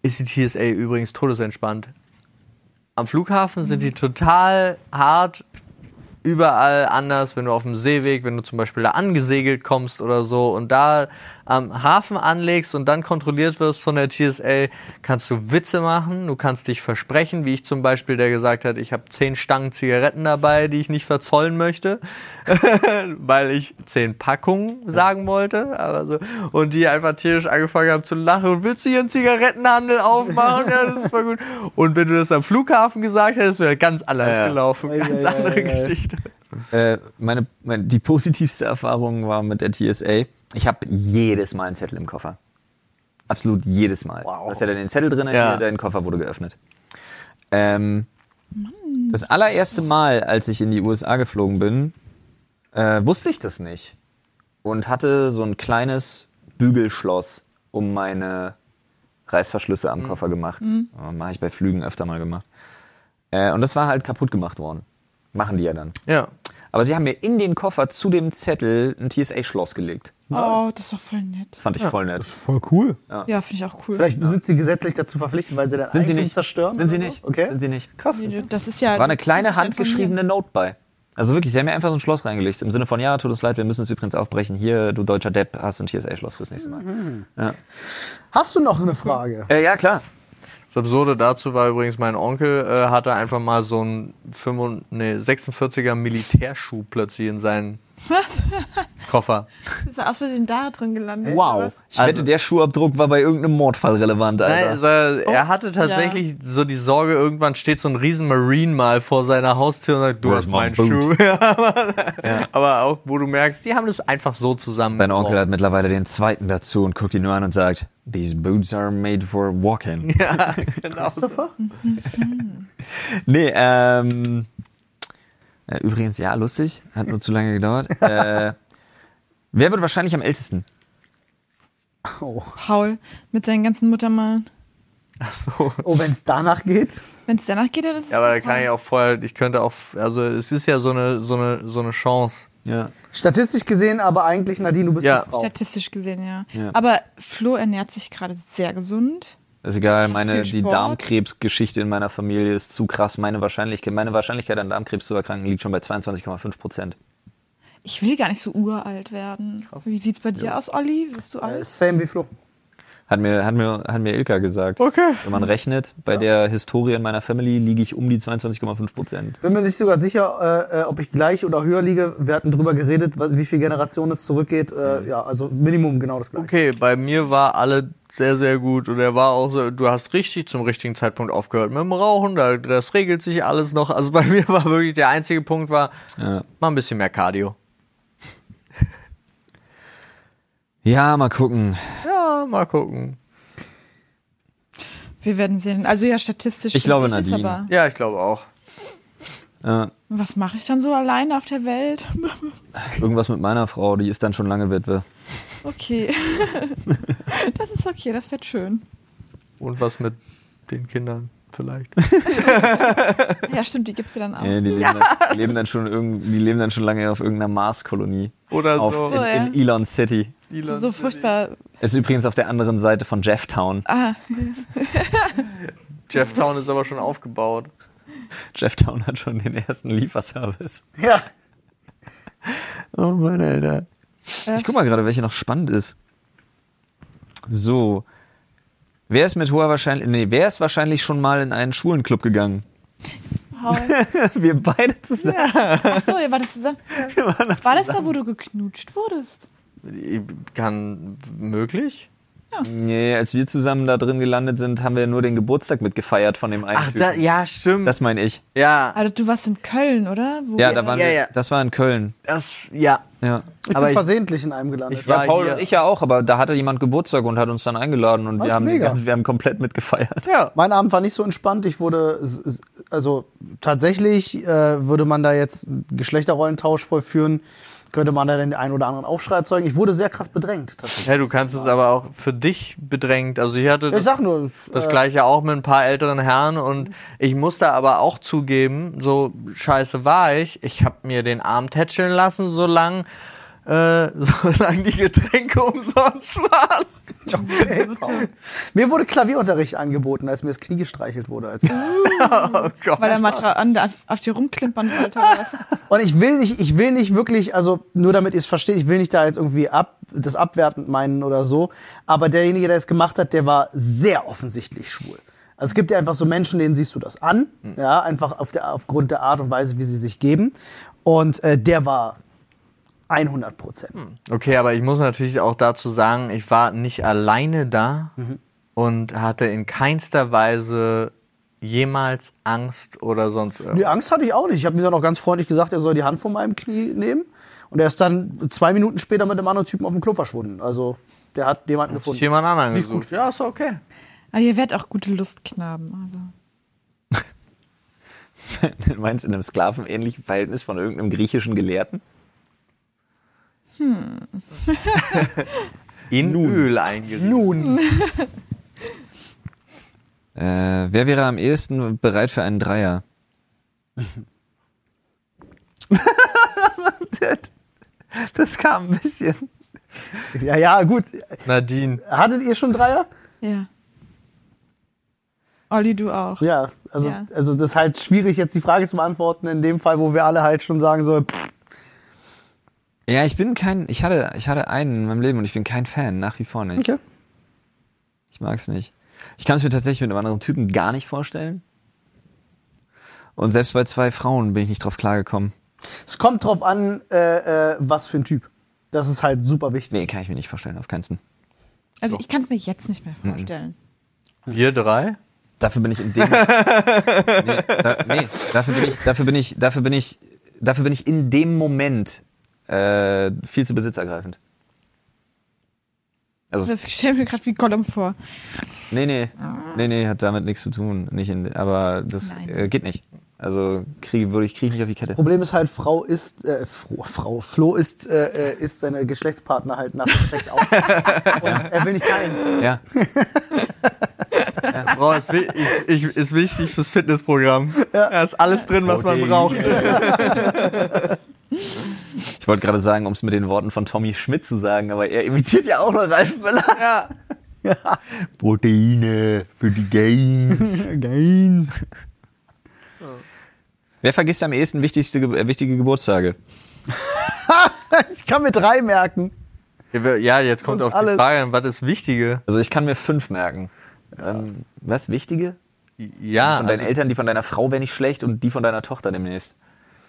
S4: ist die TSA übrigens todesentspannt. Am Flughafen sind die total hart, überall anders, wenn du auf dem Seeweg, wenn du zum Beispiel da angesegelt kommst oder so und da am Hafen anlegst und dann kontrolliert wirst von der TSA, kannst du Witze machen, du kannst dich versprechen, wie ich zum Beispiel, der gesagt hat, ich habe zehn Stangen Zigaretten dabei, die ich nicht verzollen möchte, weil ich zehn Packungen sagen wollte, aber so, und die einfach tierisch angefangen haben zu lachen und willst du hier einen Zigarettenhandel aufmachen? Ja, das ist voll gut. Und wenn du das am Flughafen gesagt hättest, wäre ganz anders
S2: Ja.
S4: gelaufen,
S1: Ei,
S4: ganz
S1: ei, ei,
S4: andere
S1: ei, ei.
S4: Geschichte.
S2: Äh, meine, meine, die positivste Erfahrung war mit der TSA. Ich habe jedes Mal einen Zettel im Koffer. Absolut jedes Mal.
S4: Wow.
S2: Du hast ja dann den Zettel drin,
S4: Ja.
S2: hier, dein Koffer wurde geöffnet. Ähm, das allererste Mal, als ich in die USA geflogen bin, äh, wusste ich das nicht. Und hatte so ein kleines Bügelschloss um meine Reißverschlüsse
S4: Mhm.
S2: am Koffer gemacht. Mache ich bei Flügen öfter mal gemacht. Äh, und das war halt kaputt gemacht worden. Machen die ja dann.
S4: Ja.
S2: Aber sie haben mir in den Koffer zu dem Zettel ein TSA-Schloss gelegt.
S3: Oh, das ist doch voll nett.
S2: Fand ich voll nett.
S1: Voll cool.
S3: Ja, finde ich auch cool.
S1: Vielleicht sind sie gesetzlich dazu verpflichtet, weil sie dann
S2: Sind sie nicht?
S1: zerstören.
S2: Sind sie
S1: oder so?
S2: nicht?
S1: Okay.
S2: Sind sie nicht?
S1: Krass.
S3: Das ist ja.
S2: War eine kleine
S3: das ist ja
S2: handgeschriebene Note bei. Also wirklich, sie haben mir einfach so ein Schloss reingelegt. Im Sinne von, ja, tut uns leid, wir müssen es übrigens aufbrechen. Hier, du deutscher Depp, hast ein TSA-Schloss fürs nächste Mal.
S1: Hast du noch eine Frage?
S2: Äh, ja, klar.
S4: Das Absurde dazu war übrigens, mein Onkel äh, hatte einfach mal so einen 45, nee, 46er Militärschuh plötzlich in seinen Koffer.
S3: von mir. Ist er aus Versehen da drin gelandet? oder was?
S2: Ich
S1: Also-
S2: wette, der Schuhabdruck war bei irgendeinem Mordfall relevant,
S4: Nein,
S2: Alter.
S4: also, er hatte tatsächlich so die Sorge, irgendwann steht so ein riesen Marine mal vor seiner Haustür und sagt, du
S2: Where's
S4: hast
S2: my
S4: meinen
S2: boot?
S4: Schuh. ja, aber, aber auch, wo du merkst, die haben das einfach so zusammen.
S2: Dein Onkel hat mittlerweile den zweiten dazu und guckt ihn nur an und sagt, These boots are made for walking.
S4: Genau.
S1: Christopher?
S2: Nee, ähm. Äh, übrigens, ja, lustig. Hat nur zu lange gedauert. Äh, Wer wird wahrscheinlich am ältesten?
S1: Oh,
S3: Paul mit seinen ganzen Muttermalen.
S4: Ach so.
S1: oh wenn es danach geht.
S3: Wenn es danach geht, dann ist es.
S4: Ja, aber da
S3: der
S4: kann ich
S3: Paul.
S4: auch vorher, ich könnte auch, also es ist ja so eine, so eine, so eine Chance.
S2: Ja.
S1: Statistisch gesehen, aber eigentlich, Nadine, du bist
S4: Ja.
S1: eine Frau.
S3: Statistisch gesehen, ja.
S2: Ja.
S3: Aber Flo ernährt sich gerade sehr gesund.
S2: Ist egal, meine,
S3: Viel
S2: die
S3: Sport.
S2: Darmkrebsgeschichte in meiner Familie ist zu krass. Meine Wahrscheinlichkeit, meine Wahrscheinlichkeit an Darmkrebs zu erkranken liegt schon bei 22,5 Prozent.
S3: Ich will gar nicht so uralt werden. Wie sieht's bei dir aus, Olli? Wirst du
S1: Äh,
S3: alt?
S1: Same wie Flo.
S2: Hat mir, hat mir, hat mir Ilka gesagt.
S4: Okay.
S2: Wenn man rechnet, bei der Historie in meiner Family liege ich um die 22,5 Prozent.
S1: Bin mir nicht sogar sicher, äh, äh, ob ich gleich oder höher liege. Wir hatten drüber geredet, wa- wie viel Generationen es zurückgeht.
S2: Mhm.
S1: Äh, ja, also Minimum genau das gleiche.
S4: Okay, bei mir war alle sehr, sehr gut und er war auch so, du hast richtig zum richtigen Zeitpunkt aufgehört mit dem Rauchen, da, das regelt sich alles noch. Also bei mir war wirklich der einzige Punkt war,
S2: Ja.
S4: mal ein bisschen mehr Cardio.
S2: ja, mal gucken.
S4: Ja, mal gucken.
S3: Wir werden sehen. Also ja, statistisch.
S2: Ich glaube,
S3: ist
S2: Nadine.
S3: Aber,
S4: Ja, ich glaube auch.
S2: Ja.
S3: was mache ich dann so alleine auf der Welt?
S2: Irgendwas mit meiner Frau, die ist dann schon lange Witwe.
S3: Okay. das ist okay, das wird schön.
S4: Und was mit den Kindern vielleicht.
S3: Ja, stimmt, die gibt's ja dann auch.
S2: Ja, Äh, die, leben dann, die leben dann schon irgend, die leben dann schon lange auf irgendeiner Marskolonie.
S4: Oder
S2: auf,
S4: so.
S2: in,
S3: So, ja.
S2: in Elon City.
S3: so, so furchtbar.
S2: Ist übrigens auf der anderen Seite von Jefftown.
S3: Ah,
S4: Jeff Town ist aber schon aufgebaut.
S2: Jefftown hat schon den ersten Lieferservice.
S1: Ja.
S2: Oh Mann, Alter.
S3: äh,
S2: Ich guck mal gerade, welche noch spannend ist. So. Wer ist mit hoher Wahrscheinlichkeit, nee, wer ist wahrscheinlich schon mal in einen Schwulenclub gegangen?
S3: Paul.
S2: Wir beide zusammen.
S3: Ach so, ihr wart das zusammen. War das da, wo du geknutscht wurdest?
S4: Kann möglich?
S2: Nee, als wir zusammen da drin gelandet sind, haben wir nur den Geburtstag mitgefeiert von dem einen.
S4: Ach, da,
S2: Typen.
S4: ja, stimmt.
S2: Das meine ich.
S4: ja,
S3: Also du warst in Köln, oder? Wo
S2: Ja,
S3: wir-
S2: da waren
S4: ja,
S2: wir,
S4: ja.
S2: das war in Köln.
S4: das, ja.
S2: Ja.
S1: Ich
S4: Aber
S1: bin
S4: ich-
S1: versehentlich in einem gelandet.
S4: Ich war-
S2: Ja, Paul
S4: hier-
S2: und ich ja auch, aber da hatte jemand Geburtstag und hat uns dann eingeladen und
S1: Was,
S2: wir haben, den
S1: mega.
S2: ganzen, wir haben komplett mitgefeiert.
S4: Ja.
S1: mein Abend war nicht so entspannt. Ich wurde, s- s- also tatsächlich äh, würde man da jetzt einen Geschlechterrollentausch vollführen, könnte man da den einen oder anderen Aufschrei erzeugen. Ich wurde sehr krass bedrängt. Tatsächlich.
S4: Ja, du kannst es aber auch für dich bedrängt. Also ich hatte
S1: Ich
S4: das,
S1: sag Mhm. nur,
S4: das
S1: äh,
S4: gleiche auch mit ein paar älteren Herren und ich musste aber auch zugeben, so scheiße war ich. Ich habe mir den Arm tätscheln lassen, solange äh, solange die Getränke umsonst waren.
S1: mir wurde Klavierunterricht angeboten, als mir das Knie gestreichelt wurde. Als
S4: Oh Gott.
S3: Weil er mal dra- an, auf, auf dir rumklimpern wollte. oder was?
S1: Und ich will nicht, ich will nicht wirklich, also nur damit ihr es versteht, ich will nicht da jetzt irgendwie ab, das abwertend meinen oder so, aber derjenige, der es gemacht hat, der war sehr offensichtlich schwul. Also es gibt ja einfach so Menschen, denen siehst du das an,
S4: Mhm.
S1: ja, einfach auf der, aufgrund der Art und Weise, wie sie sich geben. Und äh, der war 100 Prozent.
S4: Okay, aber ich muss natürlich auch dazu sagen, ich war nicht alleine da
S1: Mhm.
S4: und hatte in keinster Weise jemals Angst oder sonst irgendwas.
S1: Die Angst hatte ich auch nicht. Ich habe mir dann auch ganz freundlich gesagt, er soll die Hand von meinem Knie nehmen. Und er ist dann zwei Minuten später mit dem anderen Typen auf dem Klo verschwunden. Also der hat jemanden
S4: Hat sich
S1: gefunden.
S4: jemand anderen
S1: Lief
S4: gesucht.
S1: gut.
S4: Ja, ist okay.
S3: Aber ihr werdet auch gute Lustknaben. Also.
S2: Meinst du in einem sklavenähnlichen Verhältnis von irgendeinem griechischen Gelehrten?
S4: In Öl eingerieben.
S1: Nun,
S2: Äh, wer wäre am ehesten bereit für einen Dreier? das kam ein bisschen.
S1: ja, ja, gut.
S4: Nadine.
S1: Hattet ihr schon Dreier?
S3: Ja. Olli, du auch.
S1: Ja, also,
S3: Ja.
S1: also das ist halt schwierig, jetzt die Frage zu beantworten, in dem Fall, wo wir alle halt schon sagen so, pff,
S2: Ja, ich bin kein, ich hatte, ich hatte einen in meinem Leben und ich bin kein Fan, nach wie vor nicht.
S1: okay.
S2: Ich mag's nicht. Ich kann es mir tatsächlich mit einem anderen Typen gar nicht vorstellen. Und selbst bei zwei Frauen bin ich nicht drauf klargekommen.
S1: Es kommt drauf an, äh, äh, was für ein Typ. Das ist halt super wichtig.
S2: Nee, kann ich mir nicht vorstellen, auf keinen Fall.
S3: Also ich kann es mir jetzt nicht mehr vorstellen.
S4: Wir drei?
S2: Dafür bin ich in dem. nee, da, nee, dafür bin ich, dafür bin ich, dafür bin ich, dafür bin ich in dem Moment äh, viel zu besitzergreifend. Also,
S3: Das stelle mir gerade wie Gollum vor.
S2: nee, nee, nee, nee, hat damit nichts zu tun. Nicht in, aber das
S3: Nein.
S2: äh, geht nicht. Also kriege, würde ich, kriege ich nicht auf die Kette.
S1: Problem ist halt, Frau ist, äh, Frau, Frau Flo ist, äh, äh, ist seine Geschlechtspartner halt nach dem Sex auf. Und er will nicht teilen.
S2: Ja.
S4: Boah, ist, wi- ich, ich, ist wichtig fürs Fitnessprogramm. Da ist alles drin, was man
S2: Protein.
S4: braucht.
S2: Ich wollte gerade sagen, um es mit den Worten von Tommy Schmidt zu sagen, aber er imitiert ja auch noch Ralf Möller.
S4: Ja.
S2: Proteine für die Gains.
S1: Gains.
S2: Wer vergisst am ehesten wichtigste, Ge- äh, wichtige Geburtstage?
S1: Ich kann mir drei merken.
S4: Ja, jetzt kommt
S1: Das
S4: auf
S1: ist
S4: die
S1: alles.
S4: Frage, an, was ist Wichtige?
S2: Also ich kann mir fünf merken. Ähm, was? Wichtige?
S4: Ja,
S2: Von deinen
S4: also,
S2: Eltern, die von deiner Frau wäre nicht schlecht und die von deiner Tochter demnächst.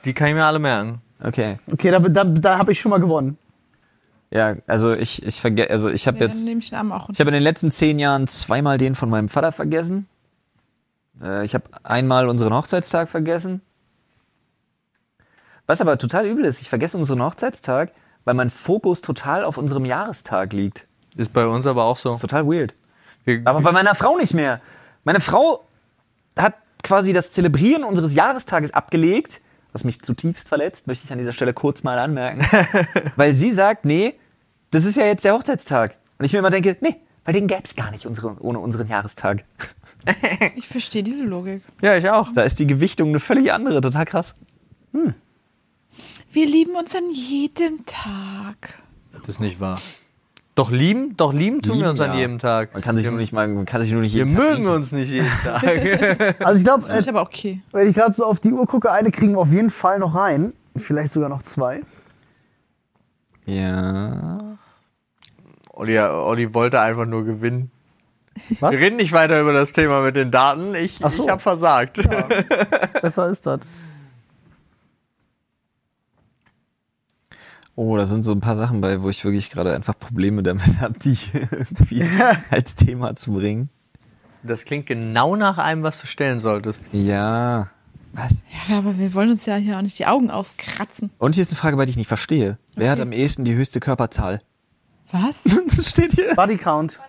S4: die kann ich mir alle merken.
S2: Okay.
S1: Okay, da, da, da habe ich schon mal gewonnen.
S2: Ja, also ich, ich vergesse, also ich habe
S3: Ja, dann
S2: jetzt.
S3: nehme ich den Arm auch
S2: Ich habe in den letzten zehn Jahren zweimal den von meinem Vater vergessen. Äh, ich habe einmal unseren Hochzeitstag vergessen. Was aber total übel ist, ich vergesse unseren Hochzeitstag, weil mein Fokus total auf unserem Jahrestag liegt.
S4: Ist bei uns aber auch so.
S2: Das ist total weird.
S4: Wir,
S2: Aber bei meiner Frau nicht mehr. Meine Frau hat quasi das Zelebrieren unseres Jahrestages abgelegt, was mich zutiefst verletzt, möchte ich an dieser Stelle kurz mal anmerken. weil sie sagt, nee, das ist ja jetzt der Hochzeitstag. Und ich mir immer denke, nee, weil den gäbe es gar nicht unsere, ohne unseren Jahrestag.
S3: Ich verstehe diese Logik.
S4: ja, ich auch.
S2: Da ist die Gewichtung eine völlig andere, total krass.
S3: Wir lieben uns an jedem Tag.
S4: Das ist nicht wahr. Doch lieben, doch lieben tun wir
S2: Lieben,
S4: uns an
S2: ja.
S4: jedem Tag.
S2: Man kann sich
S4: wir,
S2: nur nicht mal, man kann sich nur nicht
S4: Wir
S2: jeden Tag
S4: mögen
S2: riechen.
S4: uns nicht jeden Tag.
S1: Also ich glaube,
S3: Das
S1: äh,
S3: ist aber okay.
S1: wenn ich gerade so auf die Uhr gucke, eine kriegen wir auf jeden Fall noch rein. Vielleicht sogar noch zwei.
S2: Ja.
S4: Olli, Olli wollte einfach nur gewinnen.
S1: Was?
S4: Wir reden nicht weiter über das Thema mit den Daten. Ich,
S1: Ach so.
S4: ich habe versagt.
S1: Besser ist das.
S2: Oh, da sind so ein paar Sachen bei, wo ich wirklich gerade einfach Probleme damit habe, die irgendwie als Thema zu bringen.
S4: Das klingt genau nach einem, was du stellen solltest.
S2: Ja. Was?
S3: Ja, aber wir wollen uns ja hier auch nicht die Augen auskratzen.
S2: Und hier ist eine Frage, bei der ich nicht verstehe. Wer hat
S3: Okay.
S2: am ehesten die höchste Körperzahl?
S3: Was?
S2: Das steht hier.
S1: Body Count.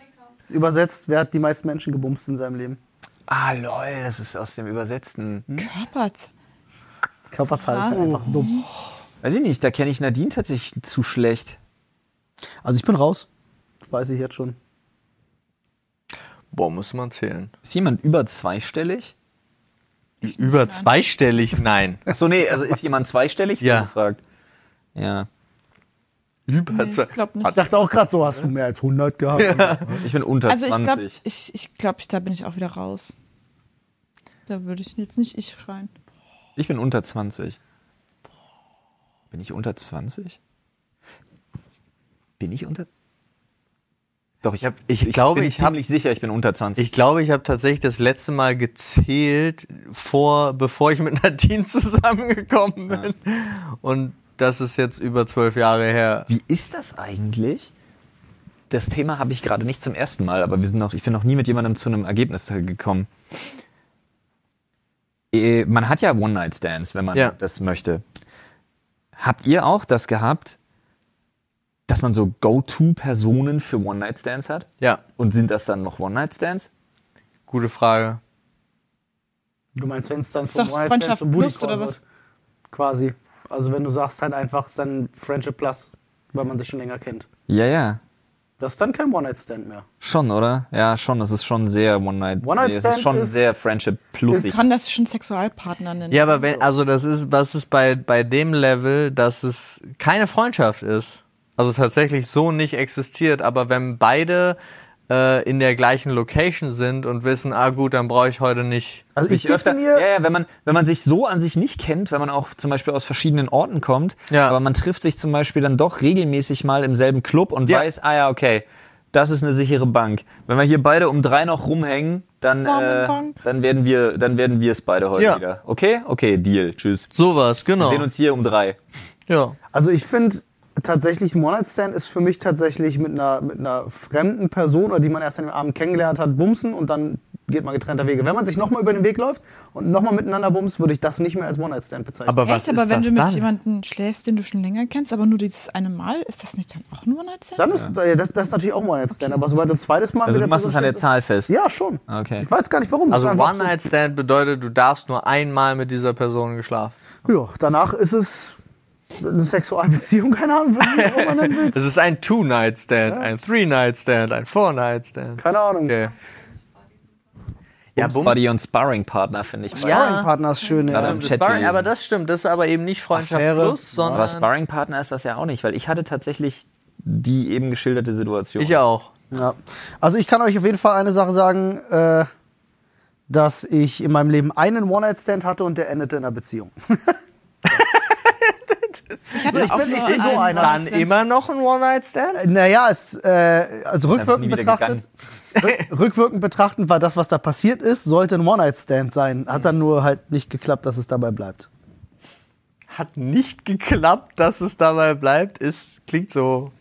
S1: Übersetzt, wer hat die meisten Menschen gebumst in seinem Leben?
S2: Ah, lol, das ist aus dem Übersetzten.
S3: Körpert.
S1: Körperzahl ist halt einfach dumm.
S2: Weiß ich nicht, da kenne ich Nadine tatsächlich zu schlecht.
S1: Also ich bin raus. Das weiß ich jetzt schon.
S4: Boah, muss man zählen.
S2: Ist jemand über zweistellig?
S4: Über zweistellig? Nein.
S2: Achso, nee, also ist jemand zweistellig? So
S4: Ja.
S2: Gefragt. Ja.
S4: Über
S3: Nee,
S4: zwei.
S3: ich glaube
S1: Ich
S3: nicht.
S1: dachte auch gerade so, hast du mehr als 100 gehabt?
S2: Ich bin unter
S3: Also ich
S2: 20.
S3: glaube, ich, ich glaub, da bin ich auch wieder raus. Da würde ich jetzt nicht ich schreien.
S2: Ich bin unter 20. Bin ich unter 20? Bin ich unter. Doch, ich,
S4: hab- ich glaube,
S2: bin
S4: ich hab-
S2: ziemlich sicher, ich bin unter 20.
S4: Ich glaube, ich habe tatsächlich das letzte Mal gezählt, vor, bevor ich mit Nadine zusammengekommen bin. Und das ist jetzt über zwölf Jahre her.
S2: Wie ist das eigentlich? Das Thema habe ich gerade nicht zum ersten Mal, aber wir sind noch, ich bin noch nie mit jemandem zu einem Ergebnis gekommen. Äh, Man hat ja One-Night-Stands, wenn man
S4: Ja.
S2: das möchte. Habt ihr auch das gehabt, dass man so Go-To-Personen für One-Night-Stands hat?
S4: Ja,
S2: Und sind das dann noch One-Night-Stands?
S4: gute Frage.
S1: Du meinst, wenn es dann
S3: doch Freundschaft plus, oder was?
S1: Quasi. Also wenn du sagst halt einfach, ist dann Friendship Plus, weil man sich schon länger kennt.
S2: Ja, ja.
S1: Das ist dann kein One-Night-Stand mehr.
S2: Schon, oder? Ja, schon. Das ist schon sehr One-Night.
S1: One-Night
S2: es ist
S1: Stand
S2: schon
S1: ist-
S2: sehr Friendship-plusig.
S3: Kann das schon Sexualpartner nennen?
S4: Ja, aber wenn, also das ist, was ist bei, bei dem Level, dass es keine Freundschaft ist. Also tatsächlich so nicht existiert, aber wenn beide äh, in der gleichen Location sind und wissen, ah gut, dann brauche ich heute nicht.
S1: Also ich
S2: sich öfter,
S1: definiere,
S2: ja, ja, wenn man, wenn man sich so an sich nicht kennt, wenn man auch zum Beispiel aus verschiedenen Orten kommt,
S4: Ja.
S2: aber man trifft sich zum Beispiel dann doch regelmäßig mal im selben Club und
S4: Ja.
S2: weiß, ah ja, okay, das ist eine sichere Bank. Wenn wir hier beide um drei noch rumhängen, dann, äh,
S3: Samenbank.
S2: dann werden wir, dann werden wir es beide heute
S4: Ja.
S2: wieder. Okay? Okay, Deal. Tschüss.
S4: Sowas,
S2: Wir
S4: genau.
S2: sehen uns hier um drei.
S4: ja.
S1: also ich finde tatsächlich, ein One-Night-Stand ist für mich tatsächlich mit einer, mit einer fremden Person, oder die man erst an dem Abend kennengelernt hat, bumsen und dann geht man getrennter Wege. Wenn man sich nochmal über den Weg läuft und nochmal miteinander bumst, würde ich das nicht mehr als One-Night-Stand bezeichnen.
S4: Aber was
S3: Echt, aber
S4: ist
S3: wenn
S4: das
S3: du mit
S4: dann?
S3: jemandem schläfst, den du schon länger kennst, aber nur dieses eine Mal, ist das nicht dann auch nur ein One-Night-Stand?
S1: dann ist äh, das, das ist natürlich auch One-Night-Stand, aber sobald das zweites Mal
S2: Also
S1: mit
S2: du machst es an der
S1: Person
S2: Zahl fest.
S1: steht, Ja, schon.
S2: Okay.
S1: Ich weiß gar nicht warum. Das
S4: Also
S1: ist einfach so-
S4: One-Night-Stand bedeutet, du darfst nur einmal mit dieser Person geschlafen.
S1: Ja, danach ist es eine Sexualbeziehung, keine Ahnung, wie man auch immer nennen will.
S4: Es ist ein Two-Night-Stand, ein Three-Night-Stand, ein Four-Night-Stand.
S1: Keine Ahnung.
S4: Okay. Ja, Bums.
S2: Buddy und Sparring-Partner finde ich.
S4: Ja.
S1: Partner ist schön, ja.
S2: Warte. im
S4: Das
S2: Chat
S4: Sparring,
S2: gelesen.
S4: aber das stimmt, das ist aber eben nicht Freundschaft
S1: Affäre.
S4: plus, sondern
S2: Aber Sparring-Partner ist das ja auch nicht, weil ich hatte tatsächlich die eben geschilderte Situation.
S4: ich auch.
S1: Ja. Also ich kann euch auf jeden Fall eine Sache sagen, äh, dass ich in meinem Leben einen One-Night-Stand hatte und der endete in einer Beziehung.
S3: Ich hatte
S1: ich
S3: auch
S1: bin-
S3: nur
S1: ich
S4: eh
S1: bin so
S3: einen
S1: einer.
S4: Dann
S3: One-Night-Stand.
S4: immer noch ein One-Night-Stand?
S1: Naja, es, äh, also rückwirkend
S2: nie wieder
S1: betrachtet, rück- rückwirkend betrachtend war das, was da passiert ist, sollte ein One-Night-Stand sein. Hat
S2: Mhm.
S1: dann nur halt nicht geklappt, dass es dabei bleibt.
S4: Hat nicht geklappt, dass es dabei bleibt, ist, klingt so.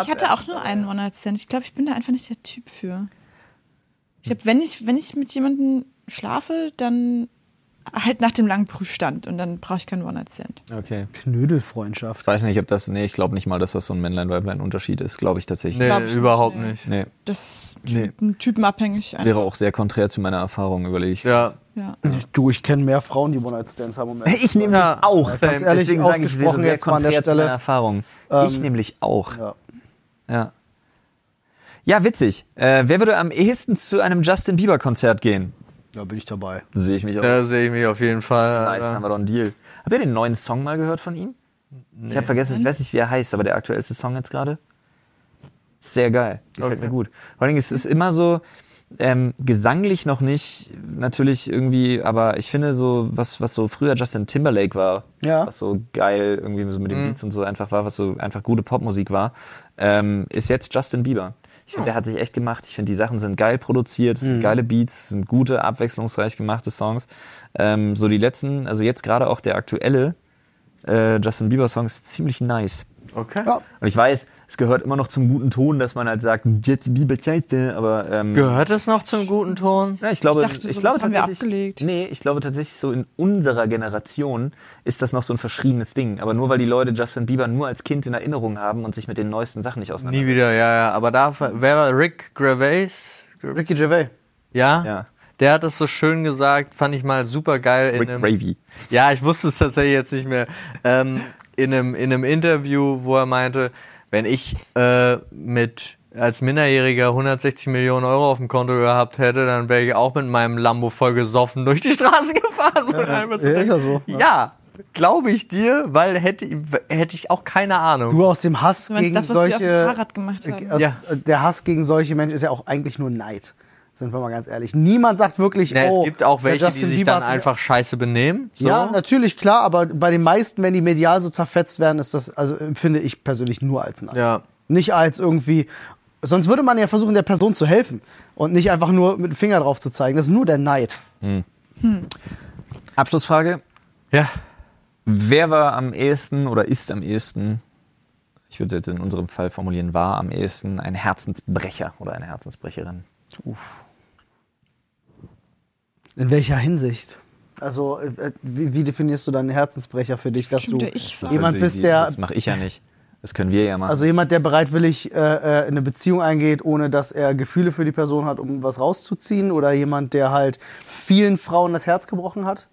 S3: Ich hatte auch nur einen One-Night-Stand. Ich glaube, ich bin da einfach nicht der Typ für. Ich glaube, wenn ich, wenn ich mit jemandem schlafe, dann halt nach dem langen Prüfstand und dann brauche ich keinen One-Night-Stand.
S2: Okay.
S1: Knödelfreundschaft.
S2: Ich weiß nicht, ob das. Nee, ich glaube nicht mal, dass das so ein Männlein-Weiblein-Unterschied ist. Glaube ich tatsächlich.
S4: Nee,
S3: Glaub ich nicht,
S4: überhaupt
S3: nee.
S4: nicht.
S2: Nee.
S3: Das ist
S2: Nee.
S3: typen, typenabhängig einfach.
S2: Wäre auch sehr konträr zu meiner Erfahrung, überlege ich.
S4: Ja.
S3: Ja.
S1: Du, ich kenne mehr Frauen, die One-Night-Stands haben. um ehrlich zu sein.
S4: Ja.
S2: auch.
S1: Ganz ehrlich,
S2: Deswegen sage ich, wäre
S1: ausgesprochen
S2: sehr
S1: jetzt mal an der
S2: konträr zu meiner Ähm,
S1: Stelle.
S2: Erfahrung. ich nämlich auch.
S1: Ja.
S2: Ja. Ja, witzig. Äh, wer würde am ehesten zu einem Justin Bieber Konzert gehen?
S1: Da bin ich dabei.
S2: Sehe ich mich auch.
S4: Da sehe ich mich auf jeden Fall.
S2: nice,
S4: Alter.
S2: haben wir doch einen Deal. Habt ihr den neuen Song mal gehört von ihm? Ich habe vergessen, ich weiß nicht, wie er heißt, aber der aktuellste Song jetzt gerade. Sehr geil. Gefällt
S4: Okay.
S2: mir gut. Vor allen Dingen, es ist immer so, ähm, gesanglich noch nicht, natürlich irgendwie, aber ich finde so, was, was so früher Justin Timberlake war,
S1: Ja.
S2: was so geil irgendwie so mit den Beats und so einfach war, was so einfach gute Popmusik war, ähm, ist jetzt Justin Bieber. Ich finde, der hat sich echt gemacht. Ich finde, die Sachen sind geil produziert, es sind geile Beats, es sind gute, abwechslungsreich gemachte Songs. Ähm, so die letzten, also jetzt gerade auch der aktuelle äh, Justin Bieber Song ist ziemlich nice.
S4: Okay.
S1: Ja.
S2: Und ich weiß, es gehört immer noch zum guten Ton, dass man halt sagt, Justin Bieber, Scheiße, aber ähm,
S4: Gehört es noch zum guten Ton?
S2: ja, ich glaube,
S3: Ich dachte, sowas
S2: glaube
S3: haben wir
S2: tatsächlich-
S3: abgelegt.
S2: Nee, ich glaube tatsächlich, so in unserer Generation ist das noch so ein verschriebenes Ding. Aber nur weil die Leute Justin Bieber nur als Kind in Erinnerung haben und sich mit den neuesten Sachen nicht
S4: Nie
S2: auseinandersetzen.
S4: wieder, ja, ja. Aber da, wer war Rick Gervais?
S1: Ricky Gervais.
S4: Ja?
S2: Ja.
S4: Der hat das so schön gesagt, fand ich mal super geil. in
S2: Rick
S4: einem,
S2: Ravy.
S4: Ja, ich wusste es tatsächlich jetzt nicht mehr. Ähm, in, einem, in einem Interview, wo er meinte, wenn ich äh, mit als Minderjähriger 160 Millionen Euro auf dem Konto gehabt hätte, dann wäre ich auch mit meinem Lambo voll gesoffen durch die Straße gefahren. Und dann immer so
S1: ja, ist ja
S4: denke,
S1: so, ja.
S4: Ja, glaube ich dir, weil hätte, hätte ich auch keine Ahnung.
S1: Du aus dem Hass
S3: Du meinst
S1: gegen
S3: das, was wir
S1: solche.
S3: auf dem Fahrrad gemacht haben?
S1: Also,
S4: Ja.
S1: äh, Der Hass gegen solche Menschen ist ja auch eigentlich nur Neid. Sind wir mal ganz ehrlich. Niemand sagt wirklich,
S4: Ja,
S1: oh,
S4: es gibt auch
S1: der
S4: welche, die
S1: Justin
S4: sich
S1: Bieber
S4: dann
S1: hat sich-
S4: einfach scheiße benehmen. So.
S1: Ja, natürlich, klar, aber bei den meisten, wenn die medial so zerfetzt werden, ist das, also empfinde ich persönlich nur als Neid.
S4: Ja.
S1: Nicht als irgendwie. Sonst würde man ja versuchen, der Person zu helfen und nicht einfach nur mit dem Finger drauf zu zeigen. Das ist nur der Neid.
S2: Abschlussfrage.
S4: ja.
S2: Wer war am ehesten oder ist am ehesten, ich würde jetzt in unserem Fall formulieren, war am ehesten ein Herzensbrecher oder eine Herzensbrecherin?
S1: In welcher Hinsicht? Also, äh, wie, wie definierst du deinen Herzensbrecher für dich, dass
S3: Bestimmt
S1: du
S3: der ich sein.
S1: jemand
S2: Also die-
S1: bist,
S2: die-
S1: der
S2: Das mache ich ja nicht. Das können wir ja machen.
S1: Also jemand, der bereitwillig äh, äh, in eine Beziehung eingeht, ohne dass er Gefühle für die Person hat, um was rauszuziehen, oder jemand, der halt vielen Frauen das Herz gebrochen hat.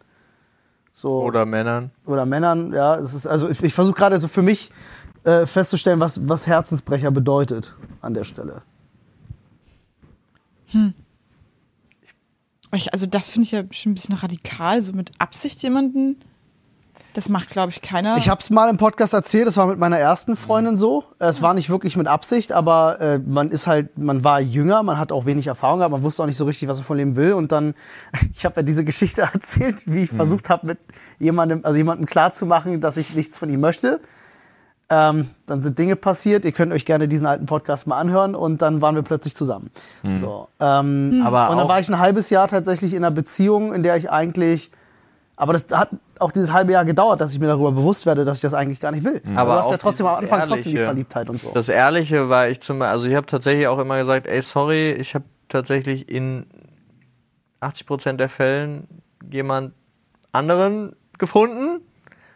S1: So
S4: Oder Männern.
S1: oder Männern, ja, es ist also ich, ich versuche gerade so für mich äh, festzustellen, was was Herzensbrecher bedeutet an der Stelle.
S3: Ich, also das finde ich ja schon ein bisschen radikal, so mit Absicht jemanden. Das macht, glaube ich, keiner.
S1: Ich habe es mal im Podcast erzählt, das war mit meiner ersten Freundin so. Äh, Es war nicht wirklich mit Absicht, aber äh, man ist halt, man war jünger, man hat auch wenig Erfahrung gehabt, man wusste auch nicht so richtig, was man von Leben will. Und dann, ich habe ja diese Geschichte erzählt, wie ich versucht habe, mit jemandem, also jemandem klarzumachen, dass ich nichts von ihm möchte. Ähm, dann sind Dinge passiert. Ihr könnt euch gerne diesen alten Podcast mal anhören und dann waren wir plötzlich zusammen. So, ähm,
S4: Aber
S1: und dann
S4: Ah, auch-
S1: war ich ein halbes Jahr tatsächlich in einer Beziehung, in der ich eigentlich. Aber das hat auch dieses halbe Jahr gedauert, dass ich mir darüber bewusst werde, dass ich das eigentlich gar nicht will.
S4: Mhm. Aber
S1: du hast ja
S4: auch
S1: trotzdem am
S4: dieses
S1: Anfang trotzdem die
S4: Ehrliche.
S1: Verliebtheit und so.
S4: Das Ehrliche war ich zum also ich habe tatsächlich auch immer gesagt, ey, sorry, ich habe tatsächlich in 80% der Fällen jemand anderen gefunden.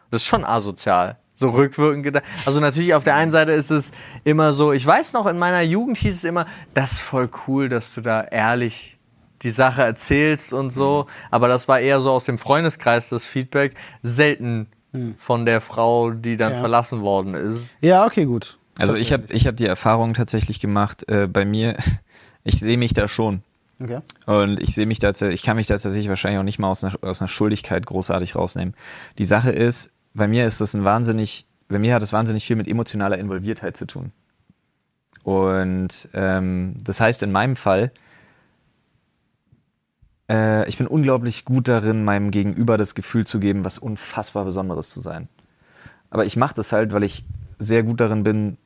S4: Das ist schon asozial. So rückwirkend gedacht. Also natürlich auf der einen Seite ist es immer so, ich weiß noch, in meiner Jugend hieß es immer, das ist voll cool, dass du da ehrlich die Sache erzählst und so.
S1: Mhm.
S4: Aber das war eher so aus dem Freundeskreis das Feedback. Selten von der Frau, die dann
S1: Mhm. Ja.
S4: verlassen worden ist.
S1: Ja, okay, gut.
S2: Also ich habe ich hab die Erfahrung tatsächlich gemacht, äh, bei mir, ich sehe mich da schon.
S1: Okay.
S2: Und ich sehe mich da, ich kann mich da tatsächlich wahrscheinlich auch nicht mal aus einer, aus einer Schuldigkeit großartig rausnehmen. Die Sache ist, bei mir ist das ein wahnsinnig, bei mir hat das wahnsinnig viel mit emotionaler Involviertheit zu tun. Und ähm, das heißt in meinem Fall, äh, ich bin unglaublich gut darin, meinem Gegenüber das Gefühl zu geben, was unfassbar Besonderes zu sein. Aber ich mache das halt, weil ich sehr gut darin bin,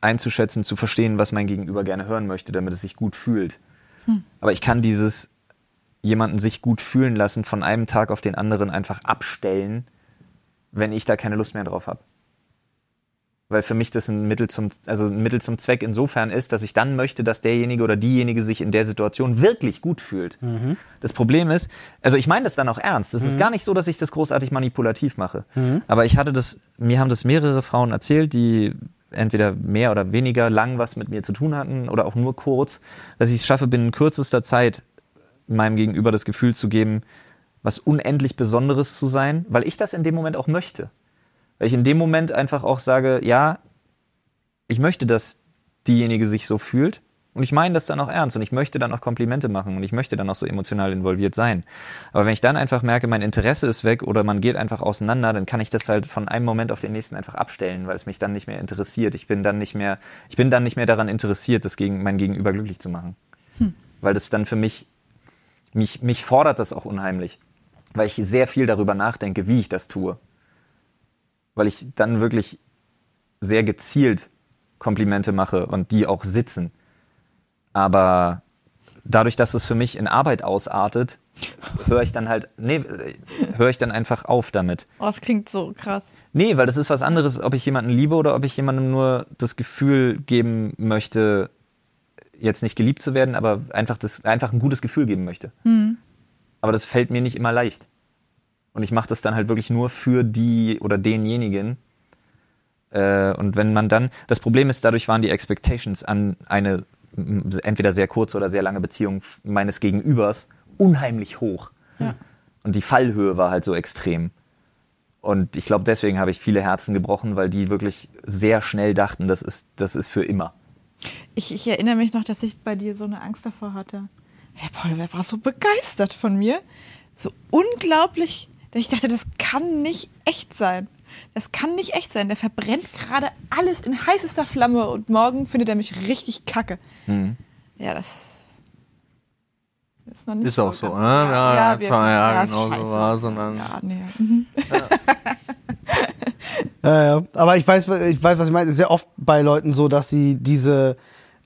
S2: einzuschätzen, zu verstehen, was mein Gegenüber gerne hören möchte, damit es sich gut fühlt. Aber ich kann dieses jemanden sich gut fühlen lassen von einem Tag auf den anderen einfach abstellen, wenn ich da keine Lust mehr drauf habe. Weil für mich das ein Mittel zum, also ein Mittel zum Zweck insofern ist, dass ich dann möchte, dass derjenige oder diejenige sich in der Situation wirklich gut fühlt. Das Problem ist, also ich meine das dann auch ernst. Es ist gar nicht so, dass ich das großartig manipulativ mache. Aber ich hatte das, mir haben das mehrere Frauen erzählt, die entweder mehr oder weniger lang was mit mir zu tun hatten oder auch nur kurz, dass ich es schaffe, binnen kürzester Zeit meinem Gegenüber das Gefühl zu geben, was unendlich Besonderes zu sein, weil ich das in dem Moment auch möchte. Weil ich in dem Moment einfach auch sage, ja, ich möchte, dass diejenige sich so fühlt. Und ich meine das dann auch ernst und ich möchte dann auch Komplimente machen und ich möchte dann auch so emotional involviert sein. Aber wenn ich dann einfach merke, mein Interesse ist weg oder man geht einfach auseinander, dann kann ich das halt von einem Moment auf den nächsten einfach abstellen, weil es mich dann nicht mehr interessiert. Ich bin dann nicht mehr, ich bin dann nicht mehr daran interessiert, das gegen mein Gegenüber glücklich zu machen. Weil das dann für mich mich, mich fordert das auch unheimlich, weil ich sehr viel darüber nachdenke, wie ich das tue. Weil ich dann wirklich sehr gezielt Komplimente mache und die auch sitzen. Aber dadurch, dass es für mich in Arbeit ausartet, höre ich dann halt, nee, höre ich dann einfach auf damit.
S3: Oh, das klingt so krass.
S2: Nee, weil das ist was anderes, ob ich jemanden liebe oder ob ich jemandem nur das Gefühl geben möchte, jetzt nicht geliebt zu werden, aber einfach, das, einfach ein gutes Gefühl geben möchte. Aber das fällt mir nicht immer leicht. Und ich mache das dann halt wirklich nur für die oder denjenigen. Äh, und wenn man dann, das Problem ist, dadurch waren die Expectations an eine m, entweder sehr kurze oder sehr lange Beziehung meines Gegenübers unheimlich hoch. Und die Fallhöhe war halt so extrem. Und ich glaube, deswegen habe ich viele Herzen gebrochen, weil die wirklich sehr schnell dachten, das ist, das ist für immer.
S3: Ich, ich erinnere mich noch, dass ich bei dir so eine Angst davor hatte. Herr Paul, wer war so begeistert von mir? So unglaublich. dass Ich dachte, das kann nicht echt sein. Das kann nicht echt sein. Der verbrennt gerade alles in heißester Flamme und morgen findet er mich richtig kacke.
S4: Mhm.
S3: Ja, das ist noch nicht
S4: Ist auch so,
S3: ganz
S4: ne? Ja, ja,
S3: wir-
S4: zwar, ja,
S3: ist
S4: genau so
S3: scheiße.
S4: war's und dann-
S3: Ja, nee. mhm.
S1: Ja, ja. Aber ich weiß, ich weiß, was ich meine. Es ist Sehr oft bei Leuten so, dass sie diese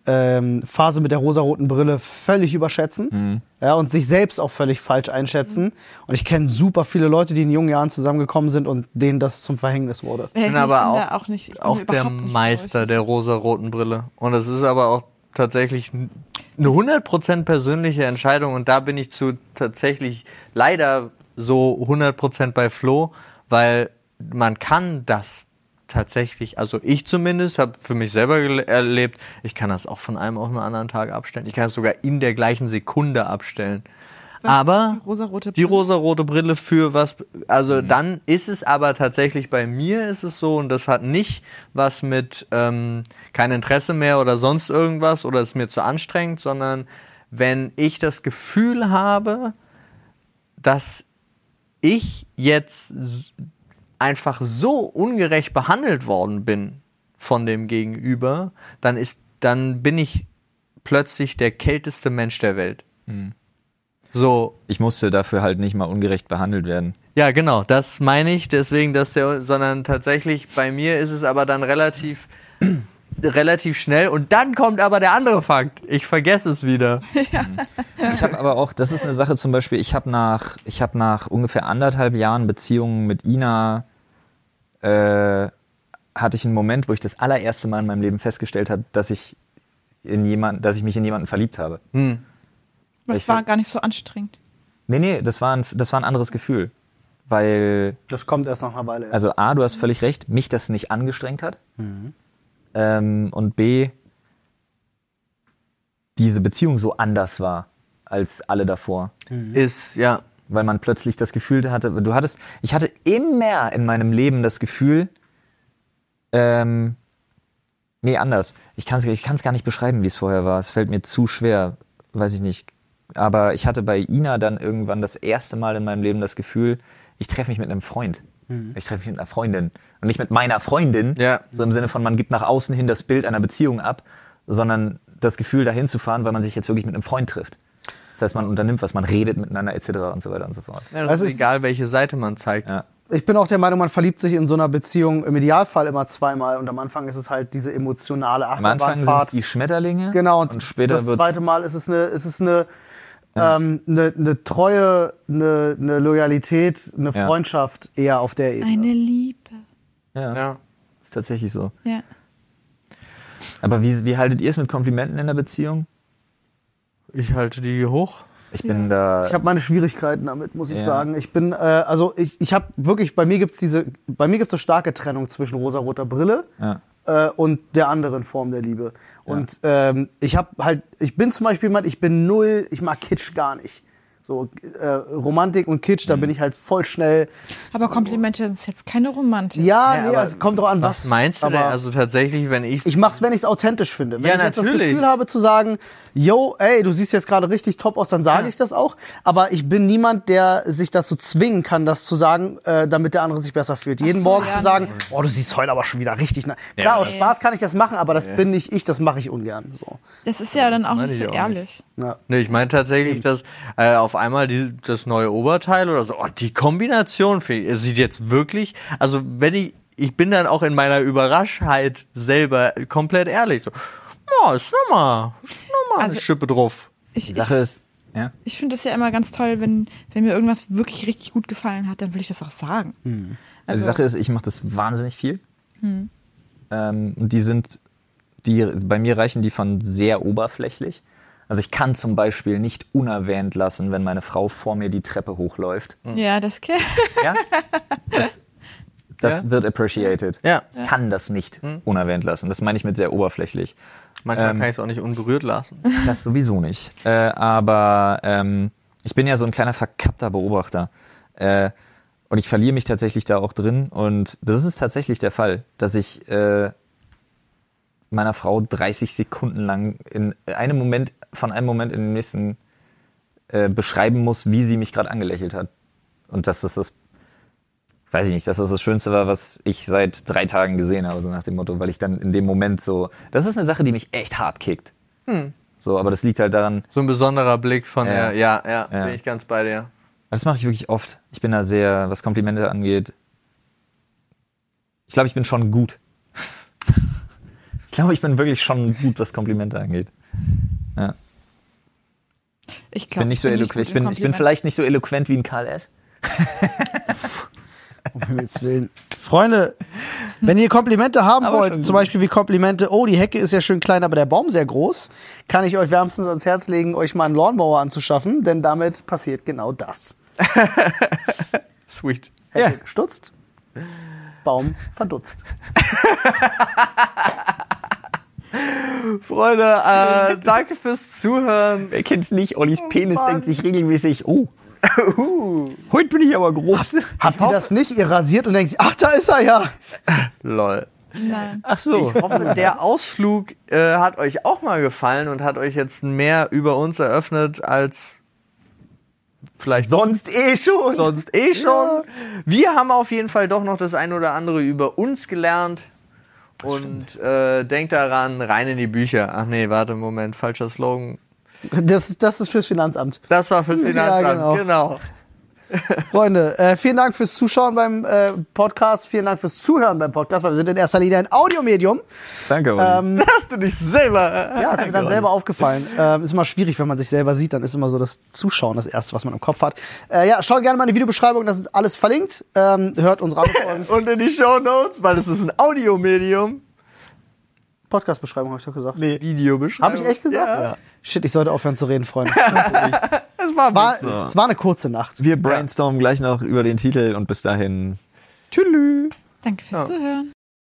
S1: ähm, Phase mit der rosaroten Brille völlig überschätzen
S4: Mhm.
S1: ja, und sich selbst auch völlig falsch einschätzen. Und ich kenne super viele Leute, die in jungen Jahren zusammengekommen sind und denen das zum Verhängnis wurde.
S3: Äh,
S4: Ich
S3: ich
S4: bin aber
S3: bin
S4: auch,
S3: da auch nicht- ich bin
S4: auch der
S3: überhaupt nicht so.
S4: Meister
S3: Ich-
S4: der rosa-roten Brille. Und es ist aber auch tatsächlich n- eine 100% persönliche Entscheidung. Und da bin ich zu tatsächlich leider so 100% bei Flo, weil man kann das tatsächlich, also ich zumindest, habe für mich selber gele- erlebt, ich kann das auch von einem auf einen anderen Tag abstellen. Ich kann es sogar in der gleichen Sekunde abstellen. Aber
S3: die rosarote
S4: die
S3: Brille?
S4: rosarote Brille für was, also dann ist es aber tatsächlich bei mir ist es so und das hat nicht was mit ähm, kein Interesse mehr oder sonst irgendwas oder ist mir zu anstrengend, sondern wenn ich das Gefühl habe, dass ich jetzt s- einfach so ungerecht behandelt worden bin von dem Gegenüber, dann ist, dann bin ich plötzlich der kälteste Mensch der Welt. So,
S2: Ich musste dafür halt nicht mal ungerecht behandelt werden.
S4: ja, genau, das meine ich, deswegen, dass der, sondern tatsächlich bei mir ist es aber dann relativ, relativ schnell und dann kommt aber der andere Fakt. Ich vergesse es wieder.
S2: Ich habe aber auch, das ist eine Sache zum Beispiel, ich habe nach, ich hab nach ungefähr anderthalb Jahren Beziehungen mit Ina, äh, hatte ich einen Moment, wo ich das allererste Mal in meinem Leben festgestellt habe, dass ich in jemand, dass ich mich in jemanden verliebt habe.
S3: Das
S2: Ich-
S3: war gar nicht so anstrengend.
S2: Nee, nee, das war ein, das war ein anderes Gefühl. Weil,
S1: Das kommt erst nach einer Weile.
S2: also A, du hast völlig recht, mich das nicht angestrengt hat. Ähm, und B, diese Beziehung so anders war als alle davor.
S4: Ist, ja.
S2: weil man plötzlich das Gefühl hatte, du hattest, ich hatte immer in meinem Leben das Gefühl, ähm, nee, anders. Ich kann es ich kann's gar nicht beschreiben, wie es vorher war. Es fällt mir zu schwer, weiß ich nicht. Aber ich hatte bei Ina dann irgendwann das erste Mal in meinem Leben das Gefühl, ich treffe mich mit einem Freund.
S1: Mhm.
S2: Ich treffe mich mit einer Freundin. Und nicht mit meiner Freundin,
S4: Ja.
S2: so im Sinne von, man gibt nach außen hin das Bild einer Beziehung ab, sondern das Gefühl, dahin zu fahren, weil man sich jetzt wirklich mit einem Freund trifft. Das heißt, man unternimmt was, man redet miteinander etc. und so weiter und so fort.
S4: ja das
S1: Also
S4: ist
S1: es-
S4: egal, welche Seite man zeigt.
S2: Ja.
S1: ich bin auch der Meinung, man verliebt sich in so einer Beziehung im Idealfall immer zweimal und am Anfang ist es halt diese emotionale
S2: Am Anfang sind es
S1: Achterbahnfahrt.
S2: die Schmetterlinge
S1: Genau,
S2: und, später
S1: das
S2: wird
S1: zweite Mal ist es eine, ist es eine, ähm, eine, eine Treue, eine, eine Loyalität, eine
S2: Ja.
S1: Freundschaft eher auf der Ebene.
S3: Eine Liebe.
S2: ja,
S4: Ja.
S2: ist tatsächlich so.
S3: Ja.
S2: Aber wie, wie haltet ihr es mit Komplimenten in der Beziehung?
S4: Ich halte die hoch.
S2: Ich bin da
S1: Ich habe meine Schwierigkeiten damit, muss ich
S2: Ja.
S1: sagen. Ich bin, äh, also ich, ich habe wirklich, bei mir gibt's diese, bei mir gibt's eine starke Trennung zwischen rosaroter Brille
S2: Ja.
S1: äh, und der anderen Form der Liebe. Und ähm, ich habe halt, ich bin zum Beispiel jemand, ich bin null, ich mag Kitsch gar nicht. So äh, Romantik und Kitsch,
S4: Mhm.
S1: da bin ich halt voll schnell.
S3: Aber Komplimente ist jetzt keine Romantik.
S1: Ja,
S4: Ja,
S1: nee,
S4: aber
S1: es kommt drauf an, was,
S4: Was meinst du denn?
S1: aber-
S4: Also tatsächlich, wenn ich
S1: Ich mach's, wenn ich's authentisch finde. Wenn
S4: Ja,
S1: ich jetzt das
S4: natürlich.
S1: Gefühl habe zu sagen, yo, ey, du siehst jetzt gerade richtig top aus, dann sage ich das auch. Aber ich bin niemand, der sich dazu zwingen kann, das zu sagen, äh, damit der andere sich besser fühlt. Jeden
S3: so,
S1: Morgen
S3: ja,
S1: zu sagen, oh, du siehst heute aber schon wieder richtig. Na Klar, aus
S4: das-
S1: Spaß kann ich das machen, aber das bin nicht ich, das mache ich ungern. So.
S3: Das ist ja dann auch
S4: meine
S3: nicht so
S4: ich auch
S3: ehrlich.
S1: Ja.
S4: Nee, ich meine tatsächlich, dass äh, auf einmal die, das neue Oberteil oder so, oh, die Kombination finde ich- es sieht jetzt wirklich, also wenn ich, ich bin dann auch in meiner Überraschheit selber komplett ehrlich. So, ja, ist nochmal, ist nochmal
S3: Also-
S4: eine Schippe drauf.
S3: Ich,
S2: die
S3: ich,
S2: Sache ist, ja,
S3: ich finde es ja immer ganz toll, wenn, wenn mir irgendwas wirklich richtig gut gefallen hat, dann will ich das auch sagen.
S2: also Hm. die Sache ist, ich mache das wahnsinnig viel. Ähm, und die sind, die bei mir reichen die von sehr oberflächlich. Also ich kann zum Beispiel nicht unerwähnt lassen, wenn meine Frau vor mir die Treppe hochläuft.
S4: Hm.
S3: ja, das geht.
S2: Ja? Das, das
S4: Ja.
S2: wird appreciated.
S4: Ja. Hm.
S2: Kann das nicht unerwähnt lassen. Das meine ich mit sehr oberflächlich.
S4: Manchmal
S2: Ähm.
S4: kann ich es auch nicht unberührt lassen.
S2: Das sowieso nicht. Äh, aber ähm, ich bin ja so ein kleiner verkappter Beobachter. Äh, und ich verliere mich tatsächlich da auch drin. Und das ist tatsächlich der Fall, dass ich äh, meiner Frau 30 Sekunden lang in einem Moment, von einem Moment in den nächsten äh, beschreiben muss, wie sie mich gerade angelächelt hat. Und dass das das, weiß ich nicht, dass das das Schönste war, was ich seit drei Tagen gesehen habe, so nach dem Motto, weil ich dann in dem Moment so, das ist eine Sache, die mich echt hart kickt. So, aber das liegt halt daran,
S4: So ein besonderer Blick von
S2: Ja.
S4: der, ja, ja,
S2: Ja.
S4: bin ich ganz bei dir.
S2: das mache ich wirklich oft. Ich bin da sehr, was Komplimente angeht. Ich glaube, ich bin schon gut. Ich glaube, ich bin wirklich schon gut, was Komplimente angeht.
S3: Ich
S2: Ich
S3: glaube,
S2: bin nicht so eloquent. Ich bin, ich bin vielleicht nicht so eloquent wie ein Karl S.
S1: Um Himmels Willen. Freunde, wenn ihr Komplimente haben
S2: Aber schon
S1: wollt,
S2: gut.
S1: zum Beispiel wie Komplimente, oh, die Hecke ist ja schön klein, aber der Baum sehr groß, kann ich euch wärmstens ans Herz legen, euch mal einen Lawnmower anzuschaffen, denn damit passiert genau das.
S4: Sweet.
S1: Hecke
S2: Ja.
S1: gestutzt, Baum verdutzt.
S4: Freunde, äh, danke fürs Zuhören.
S2: Wer kennt's nicht? Ollis Penis denkt sich regelmäßig, oh, heute bin ich aber groß.
S1: Habt ihr das nicht? Ihr rasiert und denkt, sich, ach, da ist er ja.
S4: Lol.
S3: Nein.
S2: Ach so.
S4: Ich hoffe, der Ausflug äh, hat euch auch mal gefallen und hat euch jetzt mehr über uns eröffnet als vielleicht
S2: Sonst eh schon.
S4: sonst eh schon. Wir haben auf jeden Fall doch noch das ein oder andere über uns gelernt. Und äh, denkt daran, rein in die Bücher. Ach nee, warte, Moment, falscher Slogan.
S1: Das, ist- das ist fürs Finanzamt.
S4: Das war fürs Finanzamt,
S1: genau.
S4: genau.
S1: Freunde, äh, vielen Dank fürs Zuschauen beim äh, Podcast, vielen Dank fürs Zuhören beim Podcast, weil wir sind in erster Linie ein Audiomedium.
S2: Danke, Olli.
S1: Ähm,
S4: Hast du dich selber.
S1: Ja, ist mir dann selber aufgefallen. Ähm, ist immer schwierig, wenn man sich selber sieht, dann ist immer so das Zuschauen das Erste, was man im Kopf hat. Äh, ja, schaut gerne mal in die Videobeschreibung, das ist alles verlinkt. Ähm, hört unsere anderen Folgen.
S4: Und in die Show Notes, weil es ist ein Audiomedium.
S1: Podcast-Beschreibung, habe ich doch gesagt.
S4: Nee. Videobeschreibung.
S1: Habe ich echt gesagt? Shit, ich sollte aufhören zu reden, Freunde.
S4: es war,
S1: War,
S4: nicht so.
S1: Es war eine kurze Nacht.
S2: Wir brainstormen gleich noch über den Titel und bis dahin.
S4: Tschüss.
S3: Danke fürs Zuhören.